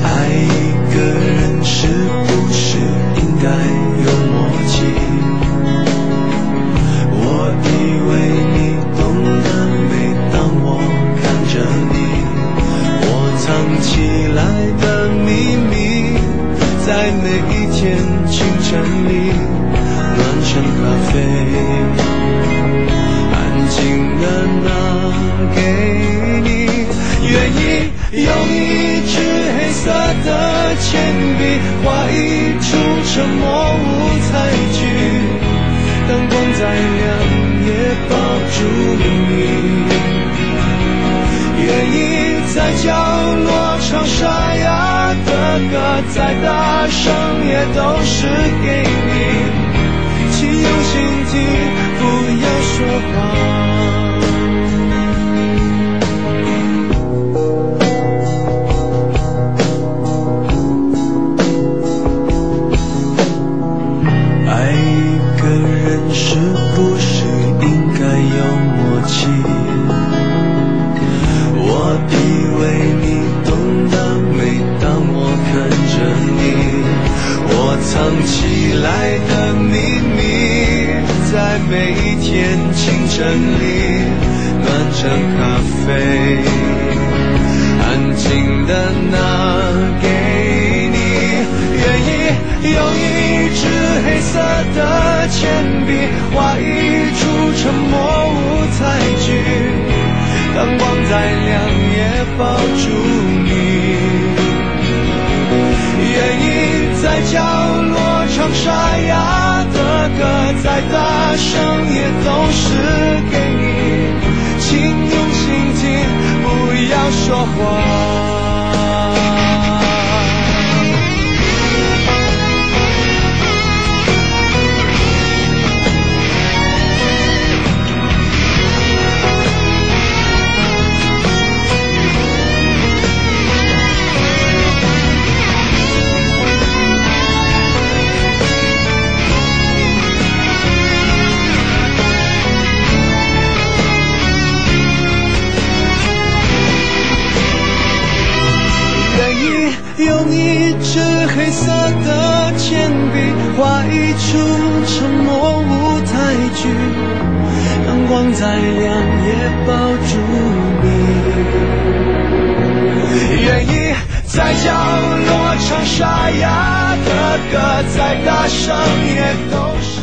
[SPEAKER 2] 爱一个人是不是应该有默契？我以为你懂得，每当我看着你，我藏起来的秘密，在每一天清晨里，暖成咖啡。安静的拿给你，愿意用一支黑色的铅笔画一出沉默无猜忌，灯光再亮也抱住你。愿意在角落唱沙哑的歌，再大声也都是给你。请用心听，不要说谎。爱一个人是不是应该有默契？我以为你懂得，每当我看着你，我藏起来的秘密，在每一天清晨里，暖成咖啡，安静的拿给你。愿意用一支黑色的铅笔，画一出沉默无猜忌。灯光再亮也抱住你。愿意在角落唱沙哑的歌，再大声也都是给你。请用心听，不要说谎。愿意用一支黑色的铅笔画一出沉默舞台剧，灯光再亮也抱住你。愿意在角落唱沙哑的歌，再大声也都是。